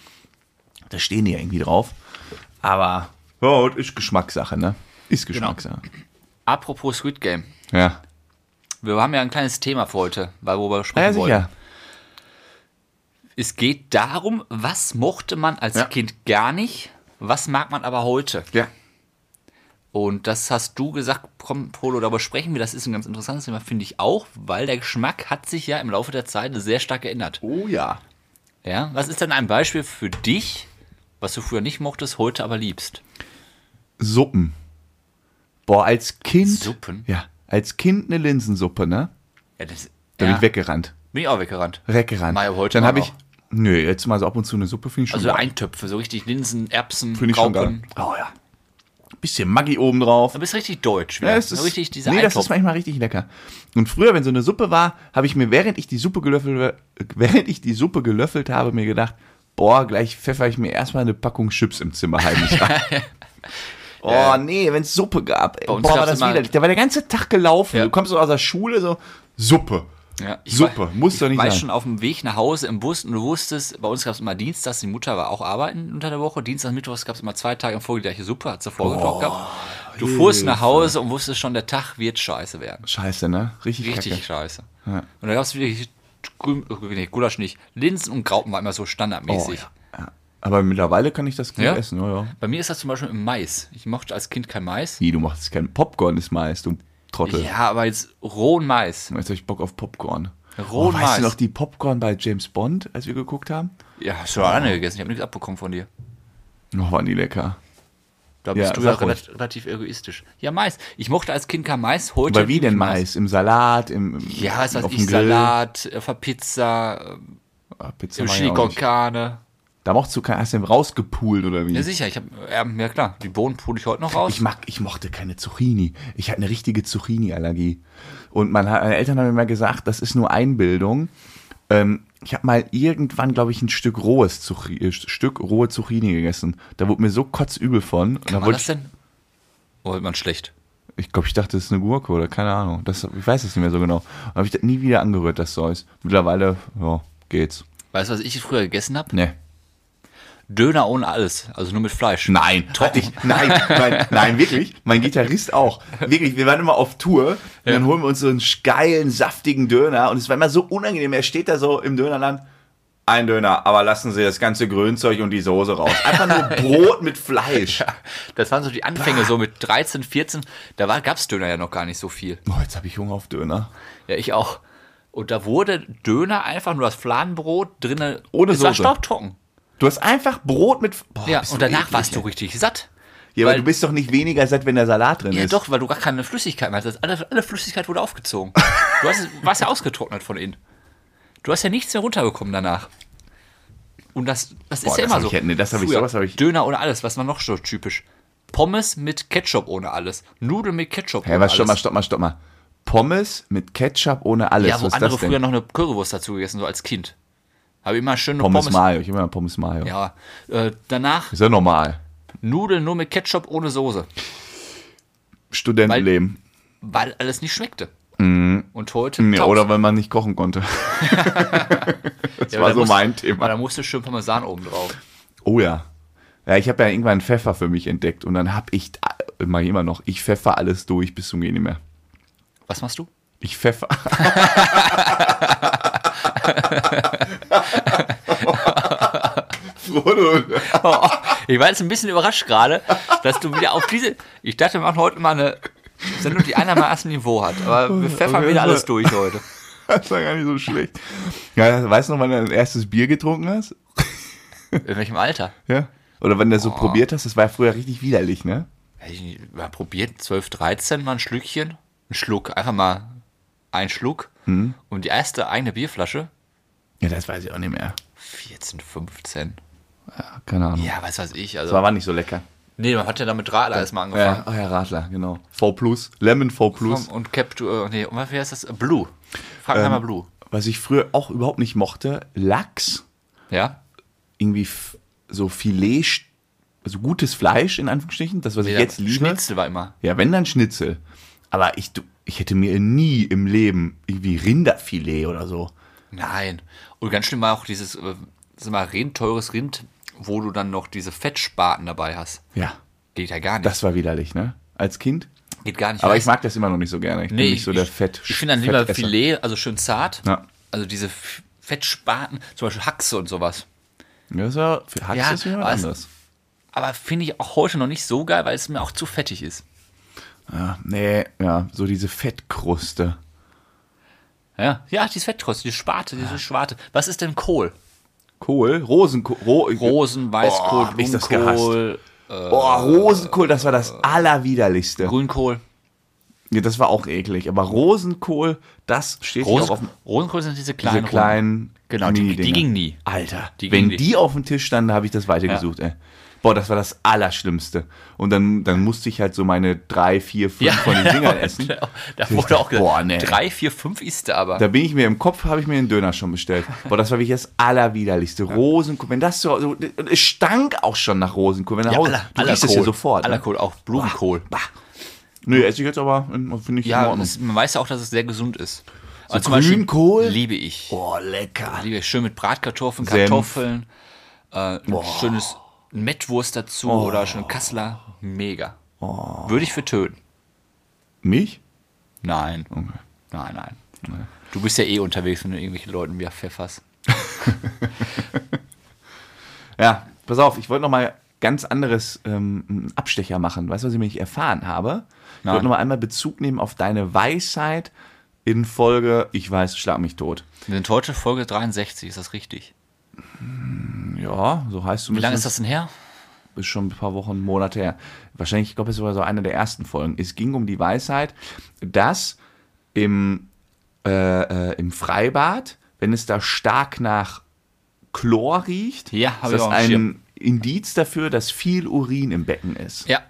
Speaker 1: Da stehen die ja irgendwie drauf. Aber ja, das ist Geschmackssache, ne? Ist
Speaker 2: Genau.
Speaker 1: Geschmackssache.
Speaker 2: Apropos Squid Game.
Speaker 1: Ja.
Speaker 2: Wir haben ja ein kleines Thema für heute, weil worüber wir sprechen
Speaker 1: Ja,
Speaker 2: wollen.
Speaker 1: sicher.
Speaker 2: Es geht darum, was mochte man als
Speaker 1: Ja.
Speaker 2: Kind gar nicht, was mag man aber heute.
Speaker 1: Ja.
Speaker 2: Und das hast du gesagt, komm, Polo, darüber sprechen wir. Das ist ein ganz interessantes Thema, finde ich auch, weil der Geschmack hat sich ja im Laufe der Zeit sehr stark geändert.
Speaker 1: Oh ja.
Speaker 2: Ja, was ist denn ein Beispiel für dich, was du früher nicht mochtest, heute aber liebst?
Speaker 1: Suppen. Boah, als Kind.
Speaker 2: Suppen?
Speaker 1: Ja. Als Kind eine Linsensuppe, ne?
Speaker 2: Ja, das,
Speaker 1: Da bin
Speaker 2: ja,
Speaker 1: ich weggerannt.
Speaker 2: bin ich auch weggerannt.
Speaker 1: Weggerannt.
Speaker 2: Mach ich heute
Speaker 1: dann
Speaker 2: mal
Speaker 1: habe ich.
Speaker 2: noch.
Speaker 1: Nö, jetzt mal so ab und zu eine Suppe finde ich schon
Speaker 2: Also
Speaker 1: geil.
Speaker 2: Eintöpfe, so richtig Linsen, Erbsen,
Speaker 1: Finde ich schon geil.
Speaker 2: Raupen.
Speaker 1: Oh ja. Bisschen Maggi oben drauf.
Speaker 2: Du bist richtig deutsch. wieder.
Speaker 1: Ja, es
Speaker 2: So
Speaker 1: ist,
Speaker 2: richtig diese
Speaker 1: nee, das
Speaker 2: Eintopf.
Speaker 1: ist manchmal richtig lecker. Und früher, wenn so eine Suppe war, habe ich mir, während ich die Suppe gelöffelt, während ich die Suppe gelöffelt habe, mir gedacht, boah, gleich pfeffer ich mir erstmal eine Packung Chips im Zimmer heimlich rein. Oh nee, wenn es Suppe gab, ey,
Speaker 2: Bei uns
Speaker 1: boah, war
Speaker 2: gab's
Speaker 1: das
Speaker 2: immer-
Speaker 1: widerlich. Da war der ganze Tag gelaufen.
Speaker 2: Ja.
Speaker 1: Du kommst so aus der Schule so, Suppe.
Speaker 2: Ja, ich
Speaker 1: Suppe,
Speaker 2: war-
Speaker 1: muss doch nicht
Speaker 2: Ich war
Speaker 1: sein.
Speaker 2: schon auf dem Weg nach Hause im Bus und du wusstest, bei uns gab es immer Dienstags, die Mutter war auch arbeiten unter der Woche, Dienstags, Mittwochs gab es immer zwei Tage im Folge die gleiche Suppe, hat sie vorgekocht gehabt. Du fuhrst nach Hause und wusstest schon, der Tag wird scheiße werden.
Speaker 1: Scheiße, ne? Richtig,
Speaker 2: Richtig
Speaker 1: kacke.
Speaker 2: scheiße. Und da gab es wirklich Grün, oh, nee, Gulasch nicht, Linsen und Graupen war immer so
Speaker 1: Oh,
Speaker 2: standardmäßig.
Speaker 1: ja. Ja. Aber mittlerweile kann ich das gut
Speaker 2: Ja?
Speaker 1: essen. Ja, ja.
Speaker 2: Bei mir ist das zum Beispiel im Mais. Ich mochte als Kind kein Mais.
Speaker 1: Nee, du machst kein Popcorn, ist meist, du Trottel.
Speaker 2: Ja, aber jetzt rohen Mais.
Speaker 1: Jetzt habe ich Bock auf Popcorn.
Speaker 2: Rohen
Speaker 1: oh, weißt du
Speaker 2: Mais.
Speaker 1: noch die Popcorn bei James Bond, als wir geguckt haben?
Speaker 2: Ja, hast du alleine gegessen, ich habe nichts abbekommen von dir.
Speaker 1: Oh, waren die lecker.
Speaker 2: Da
Speaker 1: Ja,
Speaker 2: bist du ja
Speaker 1: sag ruhig.
Speaker 2: relativ, relativ egoistisch. Ja, Mais. Ich mochte als Kind kein Mais. Heute.
Speaker 1: Aber wie
Speaker 2: liebe
Speaker 1: denn
Speaker 2: ich
Speaker 1: Mais? Im Salat, im, im
Speaker 2: Ja, was weiß
Speaker 1: auf dem
Speaker 2: ich,
Speaker 1: Grill?
Speaker 2: Salat, äh, auf der Pizza, äh,
Speaker 1: Ah, Pizza
Speaker 2: im
Speaker 1: mag ich
Speaker 2: Chili
Speaker 1: auch
Speaker 2: con
Speaker 1: nicht.
Speaker 2: Carne.
Speaker 1: Da mochtest du kein, hast du den rausgepult oder wie?
Speaker 2: Ja, sicher. Ich hab, ja, ja, klar. Die Bohnen pule ich heute noch raus.
Speaker 1: Ich, mag, ich mochte keine Zucchini. Ich hatte eine richtige Zucchini-Allergie. Und man hat, meine Eltern haben immer gesagt, das ist nur Einbildung. Ähm, ich habe mal irgendwann, glaube ich, ein Stück rohes Zucchini, äh, Stück rohe Zucchini gegessen. Da wurde mir so kotzübel von. Und dann
Speaker 2: War
Speaker 1: wollte
Speaker 2: das denn? Oh, wird man schlecht.
Speaker 1: Ich glaube, ich dachte, das ist eine Gurke oder keine Ahnung. Das, ich weiß es nicht mehr so genau. Habe ich das nie wieder angerührt, das Zeus. Mittlerweile, ja, geht's. Ne.
Speaker 2: Weißt du, was ich früher gegessen habe?
Speaker 1: Nee.
Speaker 2: Döner ohne alles, also nur mit Fleisch.
Speaker 1: Nein, hatte ich, nein, nein, nein, wirklich. Mein Gitarrist auch. Wirklich, wir waren immer auf Tour und dann holen wir uns so einen geilen, saftigen Döner und es war immer so unangenehm. Er steht da so im Dönerland. Ein Döner, aber lassen Sie das ganze Grünzeug und die Soße raus. Einfach nur Brot mit Fleisch.
Speaker 2: Das waren so die Anfänge, so mit 13, 14. Da gab es Döner ja noch gar nicht so viel.
Speaker 1: Boah, Oh, jetzt habe ich Hunger auf Döner.
Speaker 2: Ja, ich auch. Und da wurde Döner einfach nur das Fladenbrot drinnen.
Speaker 1: Ohne
Speaker 2: es war
Speaker 1: Soße.
Speaker 2: staubtrocken.
Speaker 1: Du hast einfach Brot mit. Boah,
Speaker 2: Ja,
Speaker 1: bist
Speaker 2: und
Speaker 1: du
Speaker 2: danach
Speaker 1: eklig,
Speaker 2: warst du
Speaker 1: ey.
Speaker 2: richtig satt.
Speaker 1: Ja, aber
Speaker 2: weil-
Speaker 1: du bist doch nicht weniger satt, wenn der Salat drin
Speaker 2: Ja,
Speaker 1: ist.
Speaker 2: doch, weil du gar keine Flüssigkeit mehr hattest. Alle, alle Flüssigkeit wurde aufgezogen. Du hast, warst ja ausgetrocknet von innen. Du hast ja nichts mehr runterbekommen danach. Und das, das ist
Speaker 1: Boah,
Speaker 2: ja
Speaker 1: das
Speaker 2: immer
Speaker 1: hab
Speaker 2: so.
Speaker 1: ich- nee, das hab ich-
Speaker 2: Früher
Speaker 1: sowas hab ich-
Speaker 2: Döner ohne alles, was man noch so typisch. Pommes mit Ketchup ohne alles. Nudeln mit Ketchup
Speaker 1: Hä,
Speaker 2: ohne
Speaker 1: was, stopp mal,
Speaker 2: alles.
Speaker 1: stopp mal, stopp mal. Pommes mit Ketchup ohne alles.
Speaker 2: Ja, wo
Speaker 1: was ist
Speaker 2: andere
Speaker 1: das denn?
Speaker 2: früher noch eine Currywurst dazu gegessen, so als Kind. Habe immer schön noch
Speaker 1: Pommes,
Speaker 2: Pommes.
Speaker 1: Mayo, ich immer Pommes Mayo.
Speaker 2: Ja, äh, danach
Speaker 1: Ist ja normal.
Speaker 2: Nudeln nur mit Ketchup ohne Soße,
Speaker 1: Studentenleben.
Speaker 2: weil alles nicht schmeckte.
Speaker 1: Mhm.
Speaker 2: Und heute
Speaker 1: Ja,
Speaker 2: taub's.
Speaker 1: oder weil man nicht kochen konnte. das
Speaker 2: Ja,
Speaker 1: war
Speaker 2: da
Speaker 1: so
Speaker 2: musst-
Speaker 1: mein
Speaker 2: Aber
Speaker 1: Thema.
Speaker 2: da musste schön Parmesan oben drauf.
Speaker 1: Oh ja. Ja, ich habe ja irgendwann einen Pfeffer für mich entdeckt und dann hab ich, äh, mach ich immer noch, ich pfeffer alles durch bis zum Gehen nicht mehr.
Speaker 2: Was machst du?
Speaker 1: Ich pfeffer. Frodo.
Speaker 2: Oh, Ich war jetzt ein bisschen überrascht gerade, dass du wieder auf diese. Ich dachte, wir machen heute mal eine Sendung, die einigermaßen Niveau hat. Aber
Speaker 1: Oh,
Speaker 2: wir pfeffern wieder alles durch heute.
Speaker 1: Das war gar nicht so schlecht. Ja, weißt du noch, wann du dein erstes Bier getrunken hast?
Speaker 2: In welchem Alter?
Speaker 1: Ja. Oder wenn du so probiert hast, das war ja früher richtig widerlich, ne?
Speaker 2: Hätte ich nicht- mal probiert, 12, 13 mal ein Schlückchen. Ein Schluck, einfach mal ein Schluck.
Speaker 1: Hm.
Speaker 2: Und die erste eigene Bierflasche,
Speaker 1: Ja, das weiß ich auch nicht mehr.
Speaker 2: 14, 15.
Speaker 1: Ja, keine Ahnung.
Speaker 2: Ja, was weiß ich.
Speaker 1: Das war,
Speaker 2: Also,
Speaker 1: war nicht so lecker.
Speaker 2: nee, man hat ja damit Radler erstmal angefangen.
Speaker 1: Ja, oh ja, Radler, genau. V Plus, Lemon V Plus.
Speaker 2: Und Capture, nee, und was wie heißt das? Blue.
Speaker 1: Ähm,
Speaker 2: Frankenheimer Blue.
Speaker 1: Was ich früher auch überhaupt nicht mochte, Lachs.
Speaker 2: Ja?
Speaker 1: Irgendwie f- so Filet, also gutes Fleisch in Anführungsstrichen, das, was ich
Speaker 2: Ja,
Speaker 1: jetzt liebe.
Speaker 2: Schnitzel war immer.
Speaker 1: Ja, wenn dann Schnitzel. Aber ich, du- ich hätte mir nie im Leben irgendwie Rinderfilet oder so.
Speaker 2: Nein. Und ganz schlimm war auch dieses, äh, sag mal, Rind, teures Rind, wo du dann noch diese Fettspaten dabei hast.
Speaker 1: Ja,
Speaker 2: Geht ja gar nicht.
Speaker 1: das war widerlich, ne? Als Kind.
Speaker 2: Geht gar nicht.
Speaker 1: Aber
Speaker 2: Weißt-
Speaker 1: ich mag das immer noch nicht so gerne. Ich bin nicht so der Fett.
Speaker 2: Ich finde dann lieber
Speaker 1: Fettesser.
Speaker 2: Filet, also schön zart.
Speaker 1: Ja.
Speaker 2: Also diese F- Fettspaten, zum Beispiel Haxe und sowas.
Speaker 1: Ja, das war, für Haxe
Speaker 2: Ja,
Speaker 1: ist jemand
Speaker 2: aber es-
Speaker 1: anderes.
Speaker 2: Aber finde ich auch heute noch nicht so geil, weil es mir auch zu fettig ist.
Speaker 1: Ja, nee, ja, so diese Fettkruste.
Speaker 2: Ja, ja die Fettkost, die Sparte, diese Schwarte. Was ist denn Kohl?
Speaker 1: Kohl, Rosenkohl. Ro
Speaker 2: Rosen,
Speaker 1: Oh,
Speaker 2: Weißkohl,
Speaker 1: hab ich das
Speaker 2: Blumenkohl,
Speaker 1: Boah, Rosenkohl, das war das Allerwiderlichste.
Speaker 2: Grünkohl.
Speaker 1: Ja, das war auch eklig. Aber Rosenkohl, das steht hier auch auf
Speaker 2: Rosen,
Speaker 1: dem
Speaker 2: Rosenkohl sind diese kleinen.
Speaker 1: diese kleinen
Speaker 2: Genau, die- die
Speaker 1: Mini-Dinger.
Speaker 2: ging nie.
Speaker 1: Alter,
Speaker 2: Die ging
Speaker 1: wenn
Speaker 2: nie.
Speaker 1: die auf dem Tisch standen, habe ich das weitergesucht, ey. Boah, das war das Allerschlimmste. Und dann, dann musste ich halt so meine drei, vier, fünf
Speaker 2: Ja. Genau.
Speaker 1: von den Dingern essen.
Speaker 2: Da wurde auch gesagt,
Speaker 1: Boah, nee.
Speaker 2: drei, vier, fünf ist da aber.
Speaker 1: Da bin ich mir im Kopf, habe ich mir einen Döner schon bestellt. Boah, das war wirklich das Allerwiderlichste. Rosenkohl, wenn das so, so, es stank auch schon nach Rosenkohl. Wenn nach Hause, du riechst es ja sofort.
Speaker 2: Aller
Speaker 1: Ne?
Speaker 2: Kohl, auch Blumenkohl.
Speaker 1: Nö, esse ich jetzt aber, finde ich in
Speaker 2: Ja,
Speaker 1: Ordnung.
Speaker 2: es, man weiß ja auch, dass es sehr gesund ist. Also
Speaker 1: Grünkohl?
Speaker 2: liebe ich.
Speaker 1: Boah, lecker.
Speaker 2: Liebe ich schön mit Bratkartoffeln,
Speaker 1: Senf.
Speaker 2: Kartoffeln, äh, ein schönes Mettwurst dazu oder schön Kassler. Mega. Würde ich für töten.
Speaker 1: Mich?
Speaker 2: Nein. Nein, nein. Du bist ja eh unterwegs, wenn du irgendwelchen Leuten wieder pfefferst.
Speaker 1: Ja, pass auf, ich wollte noch mal ganz anderes ähm, einen Abstecher machen. Weißt du, was ich mir nicht erfahren habe? Ich
Speaker 2: Nein.
Speaker 1: wollte noch mal einmal Bezug nehmen auf deine Weisheit in Folge Ich weiß, schlag mich tot.
Speaker 2: Wir sind heute Folge 63, ist das richtig?
Speaker 1: Ja, so heißt du
Speaker 2: Wie lange ist das denn her?
Speaker 1: ist schon ein paar Wochen, Monate her. Wahrscheinlich, ich glaube, es war so eine der ersten Folgen. Es ging um die Weisheit, dass im, äh, äh, im Freibad, wenn es da stark nach Chlor riecht,
Speaker 2: Ja, hab
Speaker 1: ist
Speaker 2: ich
Speaker 1: das
Speaker 2: auch am
Speaker 1: ein
Speaker 2: Schirm.
Speaker 1: Indiz dafür, dass viel Urin im Becken ist.
Speaker 2: Ja.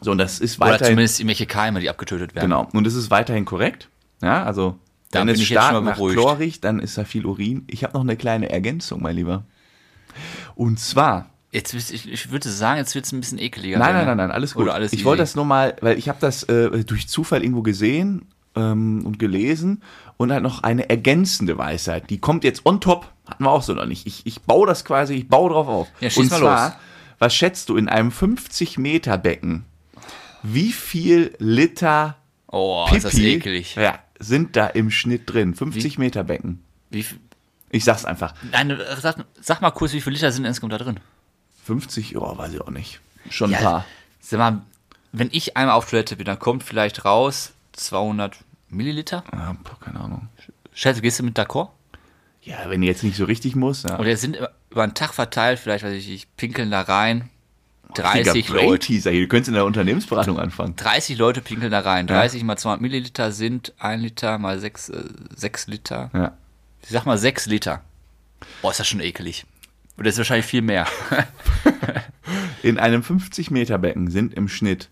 Speaker 1: So, und das ist
Speaker 2: Oder
Speaker 1: weiterhin.
Speaker 2: zumindest irgendwelche Keime, die abgetötet werden.
Speaker 1: Genau. Und das ist weiterhin korrekt. Ja, also,
Speaker 2: Da
Speaker 1: wenn
Speaker 2: bin
Speaker 1: es
Speaker 2: ich jetzt schon
Speaker 1: stark
Speaker 2: mal
Speaker 1: nach
Speaker 2: beruhigt.
Speaker 1: Chlor riecht, dann ist da viel Urin. Ich habe noch eine kleine Ergänzung, mein Lieber. Und zwar
Speaker 2: Jetzt, wird's- ich, ich würde sagen, jetzt wird es ein bisschen ekeliger.
Speaker 1: Nein,
Speaker 2: Daniel.
Speaker 1: nein, nein, nein, alles gut.
Speaker 2: Oder alles
Speaker 1: ich wollte
Speaker 2: easy.
Speaker 1: das nur mal, weil ich habe das äh, durch Zufall irgendwo gesehen ähm, und gelesen und halt noch eine ergänzende Weisheit. Die kommt jetzt on top, hatten wir auch so noch nicht. Ich, ich baue das quasi, ich baue drauf auf.
Speaker 2: Ja, schieß
Speaker 1: und
Speaker 2: mal
Speaker 1: zwar,
Speaker 2: los.
Speaker 1: was schätzt du in einem 50-Meter-Becken, wie viel Liter
Speaker 2: Oh,
Speaker 1: Pipi
Speaker 2: ist das eklig.
Speaker 1: Ja, sind da im Schnitt drin? 50-Meter-Becken.
Speaker 2: Wie, viel-
Speaker 1: Ich sag's einfach.
Speaker 2: nein, sag, sag mal kurz, wie viele Liter sind insgesamt da drin?
Speaker 1: 50, oh, weiß ich auch nicht. Schon ein
Speaker 2: Ja,
Speaker 1: paar.
Speaker 2: Sag mal, wenn ich einmal auf Toilette bin, dann kommt vielleicht raus 200 Milliliter.
Speaker 1: Ja, boah, keine Ahnung.
Speaker 2: Schätze, gehst du mit d'accord?
Speaker 1: Ja, wenn ihr jetzt nicht so richtig muss. Ja.
Speaker 2: Und jetzt sind über- über einen Tag verteilt, vielleicht, weiß ich, ich pinkeln da rein.
Speaker 1: Richtiger
Speaker 2: 30
Speaker 1: Brain
Speaker 2: Leute.
Speaker 1: Teaser hier. Du könntest in der Unternehmensberatung anfangen.
Speaker 2: 30 Leute pinkeln da rein. 30 mal 200 Milliliter sind 1 Liter mal 6, äh, 6 Liter.
Speaker 1: Ja.
Speaker 2: Ich sag mal 6 Liter. Boah, ist das schon ekelig. Und das ist wahrscheinlich viel mehr.
Speaker 1: In einem 50-Meter-Becken sind im Schnitt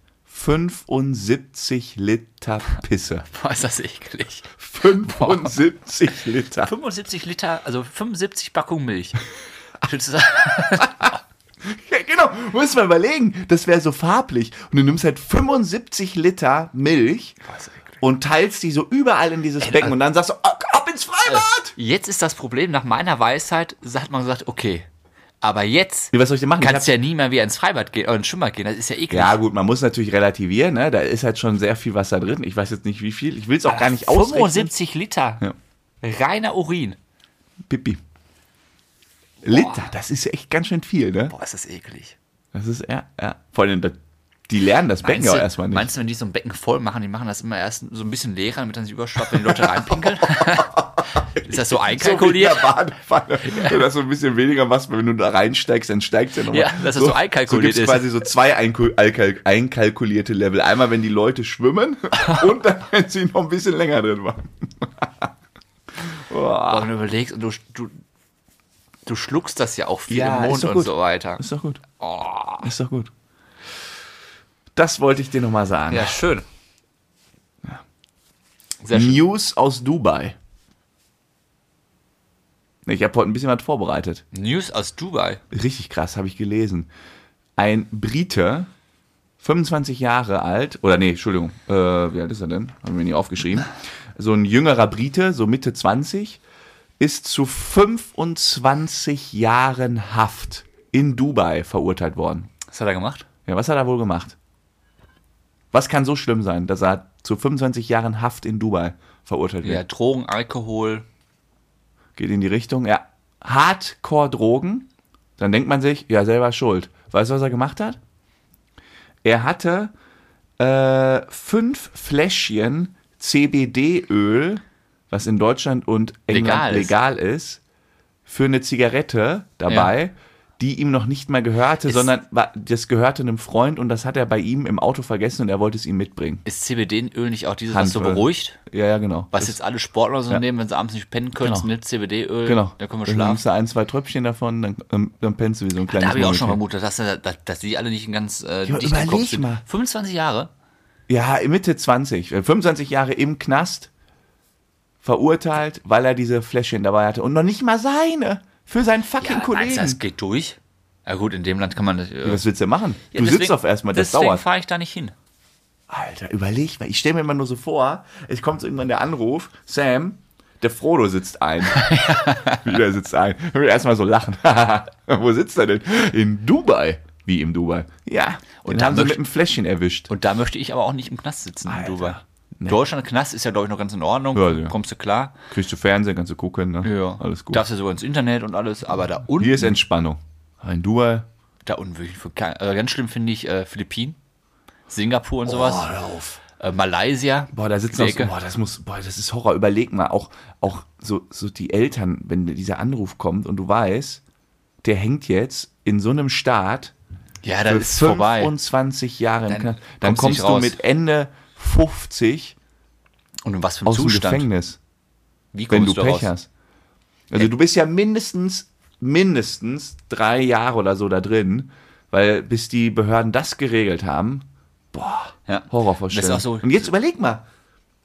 Speaker 1: 75 Liter Pisse.
Speaker 2: Boah, ist das eklig.
Speaker 1: 75 Liter.
Speaker 2: 75 Liter, also 75 Packungen Milch.
Speaker 1: Ja, genau, muss man überlegen. Das wäre so farblich. Und du nimmst halt 75 Liter Milch und teilst die so überall in dieses Becken. Und dann sagst du, ab ab ins Freibad!
Speaker 2: Jetzt ist das Problem, nach meiner Weisheit hat man gesagt, okay, aber jetzt
Speaker 1: Nee, was soll ich denn machen? Ich
Speaker 2: kannst du ja nie mehr wieder ins Freibad gehen oder ins Schwimmbad gehen, das ist ja eklig.
Speaker 1: Ja, gut, man muss natürlich relativieren, ne? Da ist halt schon sehr viel Wasser drin. Ich weiß jetzt nicht, wie viel. Ich will es auch gar nicht ausrechnen.
Speaker 2: 75 Liter.
Speaker 1: Ja.
Speaker 2: Reiner Urin.
Speaker 1: Pipi. Liter, das ist echt ganz schön viel, ne?
Speaker 2: Boah, ist das eklig.
Speaker 1: Das ist, ja, ja. Vor allem, das- die lernen das Becken ja auch erstmal nicht.
Speaker 2: meinst du, wenn die so ein Becken voll machen, die machen das immer erst so ein bisschen leerer, damit dann sie überschwappt, wenn die Leute reinpinkeln? ist das so
Speaker 1: so wie in der
Speaker 2: einkalkuliert?
Speaker 1: Badewanne. Wenn das so ein bisschen weniger machst, wenn du da reinsteigst, dann steigst du nochmal.
Speaker 2: Ja, dass das so einkalkuliert
Speaker 1: so
Speaker 2: ist.
Speaker 1: gibt's quasi so zwei einku- alkal- einkalkulierte Level. Einmal, wenn die Leute schwimmen und dann, wenn sie noch ein bisschen länger drin waren.
Speaker 2: Boah, wenn du überlegst und du, du, du schluckst das ja auch viel
Speaker 1: Ja, ist
Speaker 2: im Mund
Speaker 1: doch
Speaker 2: und
Speaker 1: gut.
Speaker 2: so weiter.
Speaker 1: Ist doch gut. Ist doch gut. Das wollte ich dir nochmal sagen.
Speaker 2: Ja, schön. Sehr schön.
Speaker 1: News aus Dubai. Ich habe heute ein bisschen was vorbereitet.
Speaker 2: News aus Dubai.
Speaker 1: Richtig krass, habe ich gelesen. Ein Brite, 25 Jahre alt, oder nee, Entschuldigung, äh, wie alt ist er denn? Haben wir nie aufgeschrieben. So ein jüngerer Brite, so Mitte 20, ist zu 25 Jahren Haft in Dubai verurteilt worden.
Speaker 2: Was hat er gemacht?
Speaker 1: Ja, was hat er wohl gemacht? Was kann so schlimm sein, dass er zu 25 Jahren Haft in Dubai verurteilt wird?
Speaker 2: Ja, Drogen, Alkohol.
Speaker 1: geht in die Richtung, ja, Hardcore-Drogen, dann denkt man sich, ja, selber schuld. Weißt du, was er gemacht hat? Er hatte äh, fünf Fläschchen CBD-Öl, was in Deutschland und England
Speaker 2: Legal ist.
Speaker 1: legal ist, für eine Zigarette dabei, die ihm noch nicht mal gehörte, sondern wa- das gehörte einem Freund und das hat er bei ihm im Auto vergessen und er wollte es ihm mitbringen.
Speaker 2: Ist CBD-Öl nicht auch dieses, was so
Speaker 1: Handöl.
Speaker 2: beruhigt?
Speaker 1: Ja, ja, genau.
Speaker 2: Was jetzt alle Sportler so
Speaker 1: Ja.
Speaker 2: nehmen, wenn sie abends nicht pennen können,
Speaker 1: Genau.
Speaker 2: genau. nimmt CBD-Öl,
Speaker 1: Genau.
Speaker 2: da können wir
Speaker 1: Dann
Speaker 2: schlafen.
Speaker 1: nimmst du ein, zwei Tröpfchen davon, dann, ähm, dann pennst du wie so ein kleines
Speaker 2: Da habe ich auch
Speaker 1: Murmeltier.
Speaker 2: schon vermutet, dass, dass, dass die alle nicht ein ganz äh,
Speaker 1: Ja, aber
Speaker 2: dicht im Kopf
Speaker 1: überleg
Speaker 2: sind.
Speaker 1: mal.
Speaker 2: 25 Jahre?
Speaker 1: Ja, Mitte 20, äh, 25 Jahre im Knast, verurteilt, weil er diese Fläschchen dabei hatte. Und noch nicht mal seine, für seinen fucking Kollegen.
Speaker 2: meinst du, das geht durch? Ja gut, in dem Land kann man das... Äh,
Speaker 1: Was willst du machen?
Speaker 2: ja,
Speaker 1: du sitzt
Speaker 2: deswegen-
Speaker 1: auf erstmal, das
Speaker 2: deswegen
Speaker 1: dauert.
Speaker 2: fahre ich da nicht hin.
Speaker 1: Alter, überleg mal. Ich stelle mir immer nur so vor, es kommt so irgendwann der Anruf, Sam, der Frodo sitzt ein. Wieder sitzt ein. Ich will erstmal so lachen. Wo sitzt er denn? In Dubai. Wie im Dubai. Ja. Und den
Speaker 2: da
Speaker 1: haben sie
Speaker 2: möcht-
Speaker 1: mit einem Fläschchen erwischt.
Speaker 2: Und da möchte ich aber auch nicht im Knast sitzen
Speaker 1: Alter.
Speaker 2: in Dubai. Deutschland, Knast ist ja, glaube ich, noch ganz in Ordnung.
Speaker 1: Ja, ja.
Speaker 2: Kommst du klar?
Speaker 1: Kriegst du Fernsehen, kannst du gucken, ne? Alles gut.
Speaker 2: Darfst ja sogar ins Internet und alles, aber da unten,
Speaker 1: Hier ist Entspannung. In Dubai
Speaker 2: da unten wirklich für kein, also ganz schlimm finde ich äh, Philippinen, Singapur und sowas,
Speaker 1: hör auf.
Speaker 2: äh, Malaysia.
Speaker 1: Boah, da sitzen auch so,
Speaker 2: Ecke.
Speaker 1: boah, das muss, boah, das ist Horror. Überleg mal, auch, auch so, so die Eltern, wenn dieser Anruf kommt und du weißt, der hängt jetzt in so einem Staat
Speaker 2: Ja, da
Speaker 1: für
Speaker 2: ist vorbei.
Speaker 1: 25 Jahre im
Speaker 2: Dann
Speaker 1: Knast. Dann kommst
Speaker 2: kommst du
Speaker 1: du
Speaker 2: nicht raus.
Speaker 1: mit Ende 50
Speaker 2: Und in was für einem
Speaker 1: aus dem
Speaker 2: Zustand?
Speaker 1: Gefängnis,
Speaker 2: Wie
Speaker 1: wenn
Speaker 2: kommst
Speaker 1: du
Speaker 2: du
Speaker 1: Pech
Speaker 2: raus? Äh.
Speaker 1: hast. Also du bist ja mindestens, mindestens drei Jahre oder so da drin, weil bis die Behörden das geregelt haben, boah,
Speaker 2: Ja.
Speaker 1: Horrorvorstellung.
Speaker 2: Das ist auch so-
Speaker 1: und jetzt überleg mal,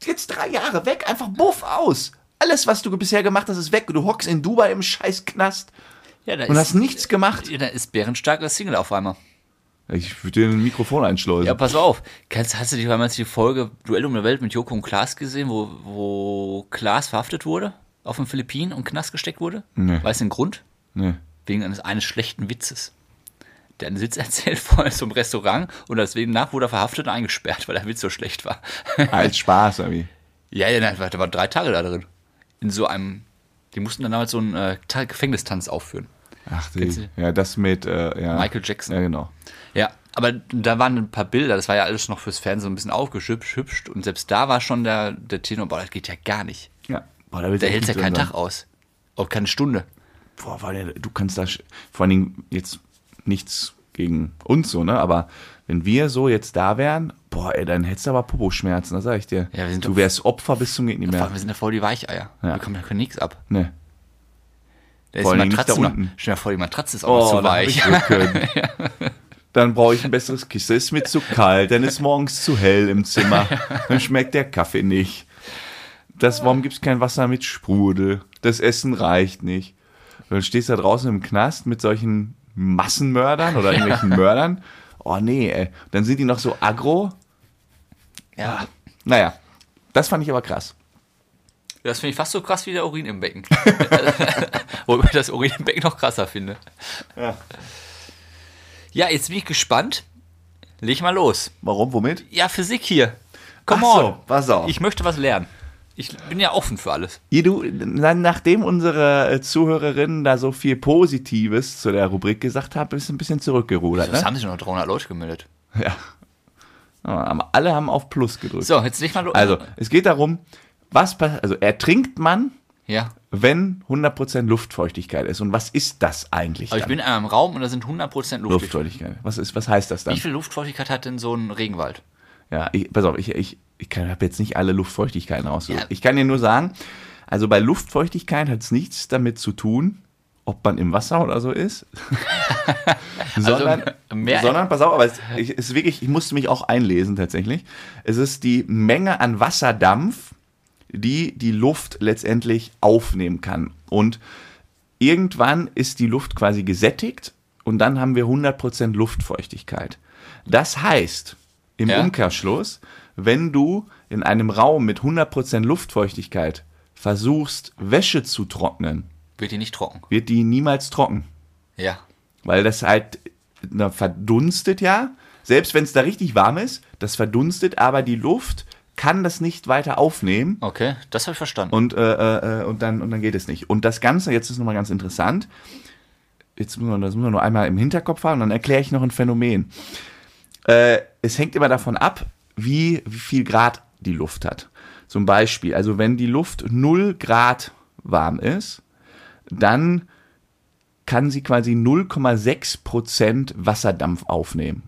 Speaker 1: jetzt drei Jahre weg, einfach buff aus. Alles, was du bisher gemacht hast, ist weg. Du hockst in Dubai im scheiß Knast
Speaker 2: Ja, da
Speaker 1: und
Speaker 2: ist, äh,
Speaker 1: hast nichts gemacht.
Speaker 2: ja, da ist bärenstark das Single auf einmal.
Speaker 1: Ich würde dir ein Mikrofon einschleusen.
Speaker 2: Ja, pass auf. Kennst, hast du dich damals die Folge Duell um eine Welt mit Joko und Klaas gesehen, wo, wo Klaas verhaftet wurde? Auf den Philippinen und in den Knast gesteckt wurde?
Speaker 1: Nee.
Speaker 2: Weißt du den Grund?
Speaker 1: Nee.
Speaker 2: Wegen eines, eines schlechten Witzes. Der einen Sitz erzählt vorher zum Restaurant und deswegen nach wurde er verhaftet und eingesperrt, weil der Witz so schlecht war.
Speaker 1: Als Spaß, irgendwie.
Speaker 2: ja, ja, nein, da waren drei Tage da drin. In so einem. Die mussten dann damals so einen äh, Ta- Gefängnistanz aufführen.
Speaker 1: Ach,
Speaker 2: Kennst
Speaker 1: die,
Speaker 2: du?
Speaker 1: ja, das mit äh, ja.
Speaker 2: Michael Jackson.
Speaker 1: Ja, genau.
Speaker 2: Ja, aber da waren ein paar Bilder, das war ja alles noch fürs Fernsehen so ein bisschen aufgeschüpft und selbst da war schon der, der Tenor, boah, das geht ja gar nicht.
Speaker 1: Ja. Boah, da willst
Speaker 2: Da
Speaker 1: du
Speaker 2: hält's ja
Speaker 1: echt
Speaker 2: keinen
Speaker 1: drin
Speaker 2: Tag aus. Auch keine Stunde.
Speaker 1: boah, weil der- du kannst da, sch- vor allen Dingen jetzt nichts gegen uns so, ne? Aber wenn wir so jetzt da wären, boah, ey, dann hättest du aber Popo-Schmerzen, das sag ich dir.
Speaker 2: Ja, wir sind
Speaker 1: du
Speaker 2: doch-
Speaker 1: wärst Opfer bis zum geht nicht
Speaker 2: Vor
Speaker 1: mehr.
Speaker 2: allem, wir sind ja voll die Weicheier.
Speaker 1: Ja.
Speaker 2: Wir können, wir können nichts ab.
Speaker 1: Ne.
Speaker 2: Da
Speaker 1: Vor
Speaker 2: ist
Speaker 1: allen Dingen
Speaker 2: die
Speaker 1: nicht da
Speaker 2: Matratze noch,
Speaker 1: unten.
Speaker 2: stell dir mal vor, die Matratze ist auch noch zu
Speaker 1: dann Oh, hab
Speaker 2: weich.
Speaker 1: ich Rücken. Dann brauche ich ein besseres Kissen. Ist mir zu kalt, dann ist morgens zu hell im Zimmer. Dann schmeckt der Kaffee nicht. Das, warum gibt es kein Wasser mit Sprudel? Das Essen reicht nicht. Und dann stehst du da draußen im Knast mit solchen Massenmördern oder irgendwelchen Mördern. Oh nee, ey. Dann sind die noch so aggro. Ah,
Speaker 2: Ja.
Speaker 1: Naja, das fand ich aber krass.
Speaker 2: Das finde ich fast so krass wie der Urin im Becken. Wobei ich das Urin im Becken noch krasser finde.
Speaker 1: Ja.
Speaker 2: Ja, jetzt bin ich gespannt. Leg mal los.
Speaker 1: Warum, womit?
Speaker 2: Ja, Physik hier. Come
Speaker 1: Ach
Speaker 2: on.
Speaker 1: so, pass auf.
Speaker 2: Ich möchte was lernen. Ich bin ja offen für alles.
Speaker 1: Ja, du, dann, nachdem unsere äh, Zuhörerinnen da so viel Positives zu der Rubrik gesagt haben, ist ein bisschen zurückgerudert.
Speaker 2: Das
Speaker 1: Ne?
Speaker 2: haben sich noch 300 Leute gemeldet.
Speaker 1: Ja. Ja, aber Alle haben auf Plus gedrückt.
Speaker 2: So, jetzt nicht mal los.
Speaker 1: Also, es geht darum, was passiert, also ertrinkt man,
Speaker 2: Ja.
Speaker 1: wenn 100% Luftfeuchtigkeit ist. Und was ist das eigentlich?
Speaker 2: Aber ich
Speaker 1: dann?
Speaker 2: bin in einem Raum und da sind 100% Luft.
Speaker 1: Luftfeuchtigkeit. Was, ist, was heißt das dann?
Speaker 2: Wie viel Luftfeuchtigkeit hat denn so ein Regenwald?
Speaker 1: Ja, ich, pass auf, ich, ich, ich habe jetzt nicht alle Luftfeuchtigkeiten rausgesucht.
Speaker 2: Ja.
Speaker 1: Ich kann dir nur sagen, also bei Luftfeuchtigkeit hat es nichts damit zu tun, ob man im Wasser oder so ist. sondern,
Speaker 2: Also mehr-
Speaker 1: sondern, pass auf, aber es, ich, es ist wirklich, ich musste mich auch einlesen tatsächlich. Es ist die Menge an Wasserdampf, die die Luft letztendlich aufnehmen kann. Und irgendwann ist die Luft quasi gesättigt und dann haben wir 100% Luftfeuchtigkeit. Das heißt, im
Speaker 2: Ja.
Speaker 1: Umkehrschluss, wenn du in einem Raum mit 100% Luftfeuchtigkeit versuchst, Wäsche zu trocknen,
Speaker 2: Wird die nicht trocken?
Speaker 1: wird die niemals trocken.
Speaker 2: Ja.
Speaker 1: Weil das halt na, verdunstet ja. Selbst wenn es da richtig warm ist, das verdunstet, aber die Luft kann das nicht weiter aufnehmen
Speaker 2: Okay, das habe ich verstanden.
Speaker 1: und, äh, äh, und, dann, und dann geht es nicht. Und das Ganze, jetzt ist nochmal ganz interessant, jetzt müssen wir, das müssen wir nur einmal im Hinterkopf haben, dann erkläre ich noch ein Phänomen. Äh, es hängt immer davon ab, wie, wie viel Grad die Luft hat. Zum Beispiel, also wenn die Luft 0 Grad warm ist, dann kann sie quasi 0,6% Wasserdampf aufnehmen.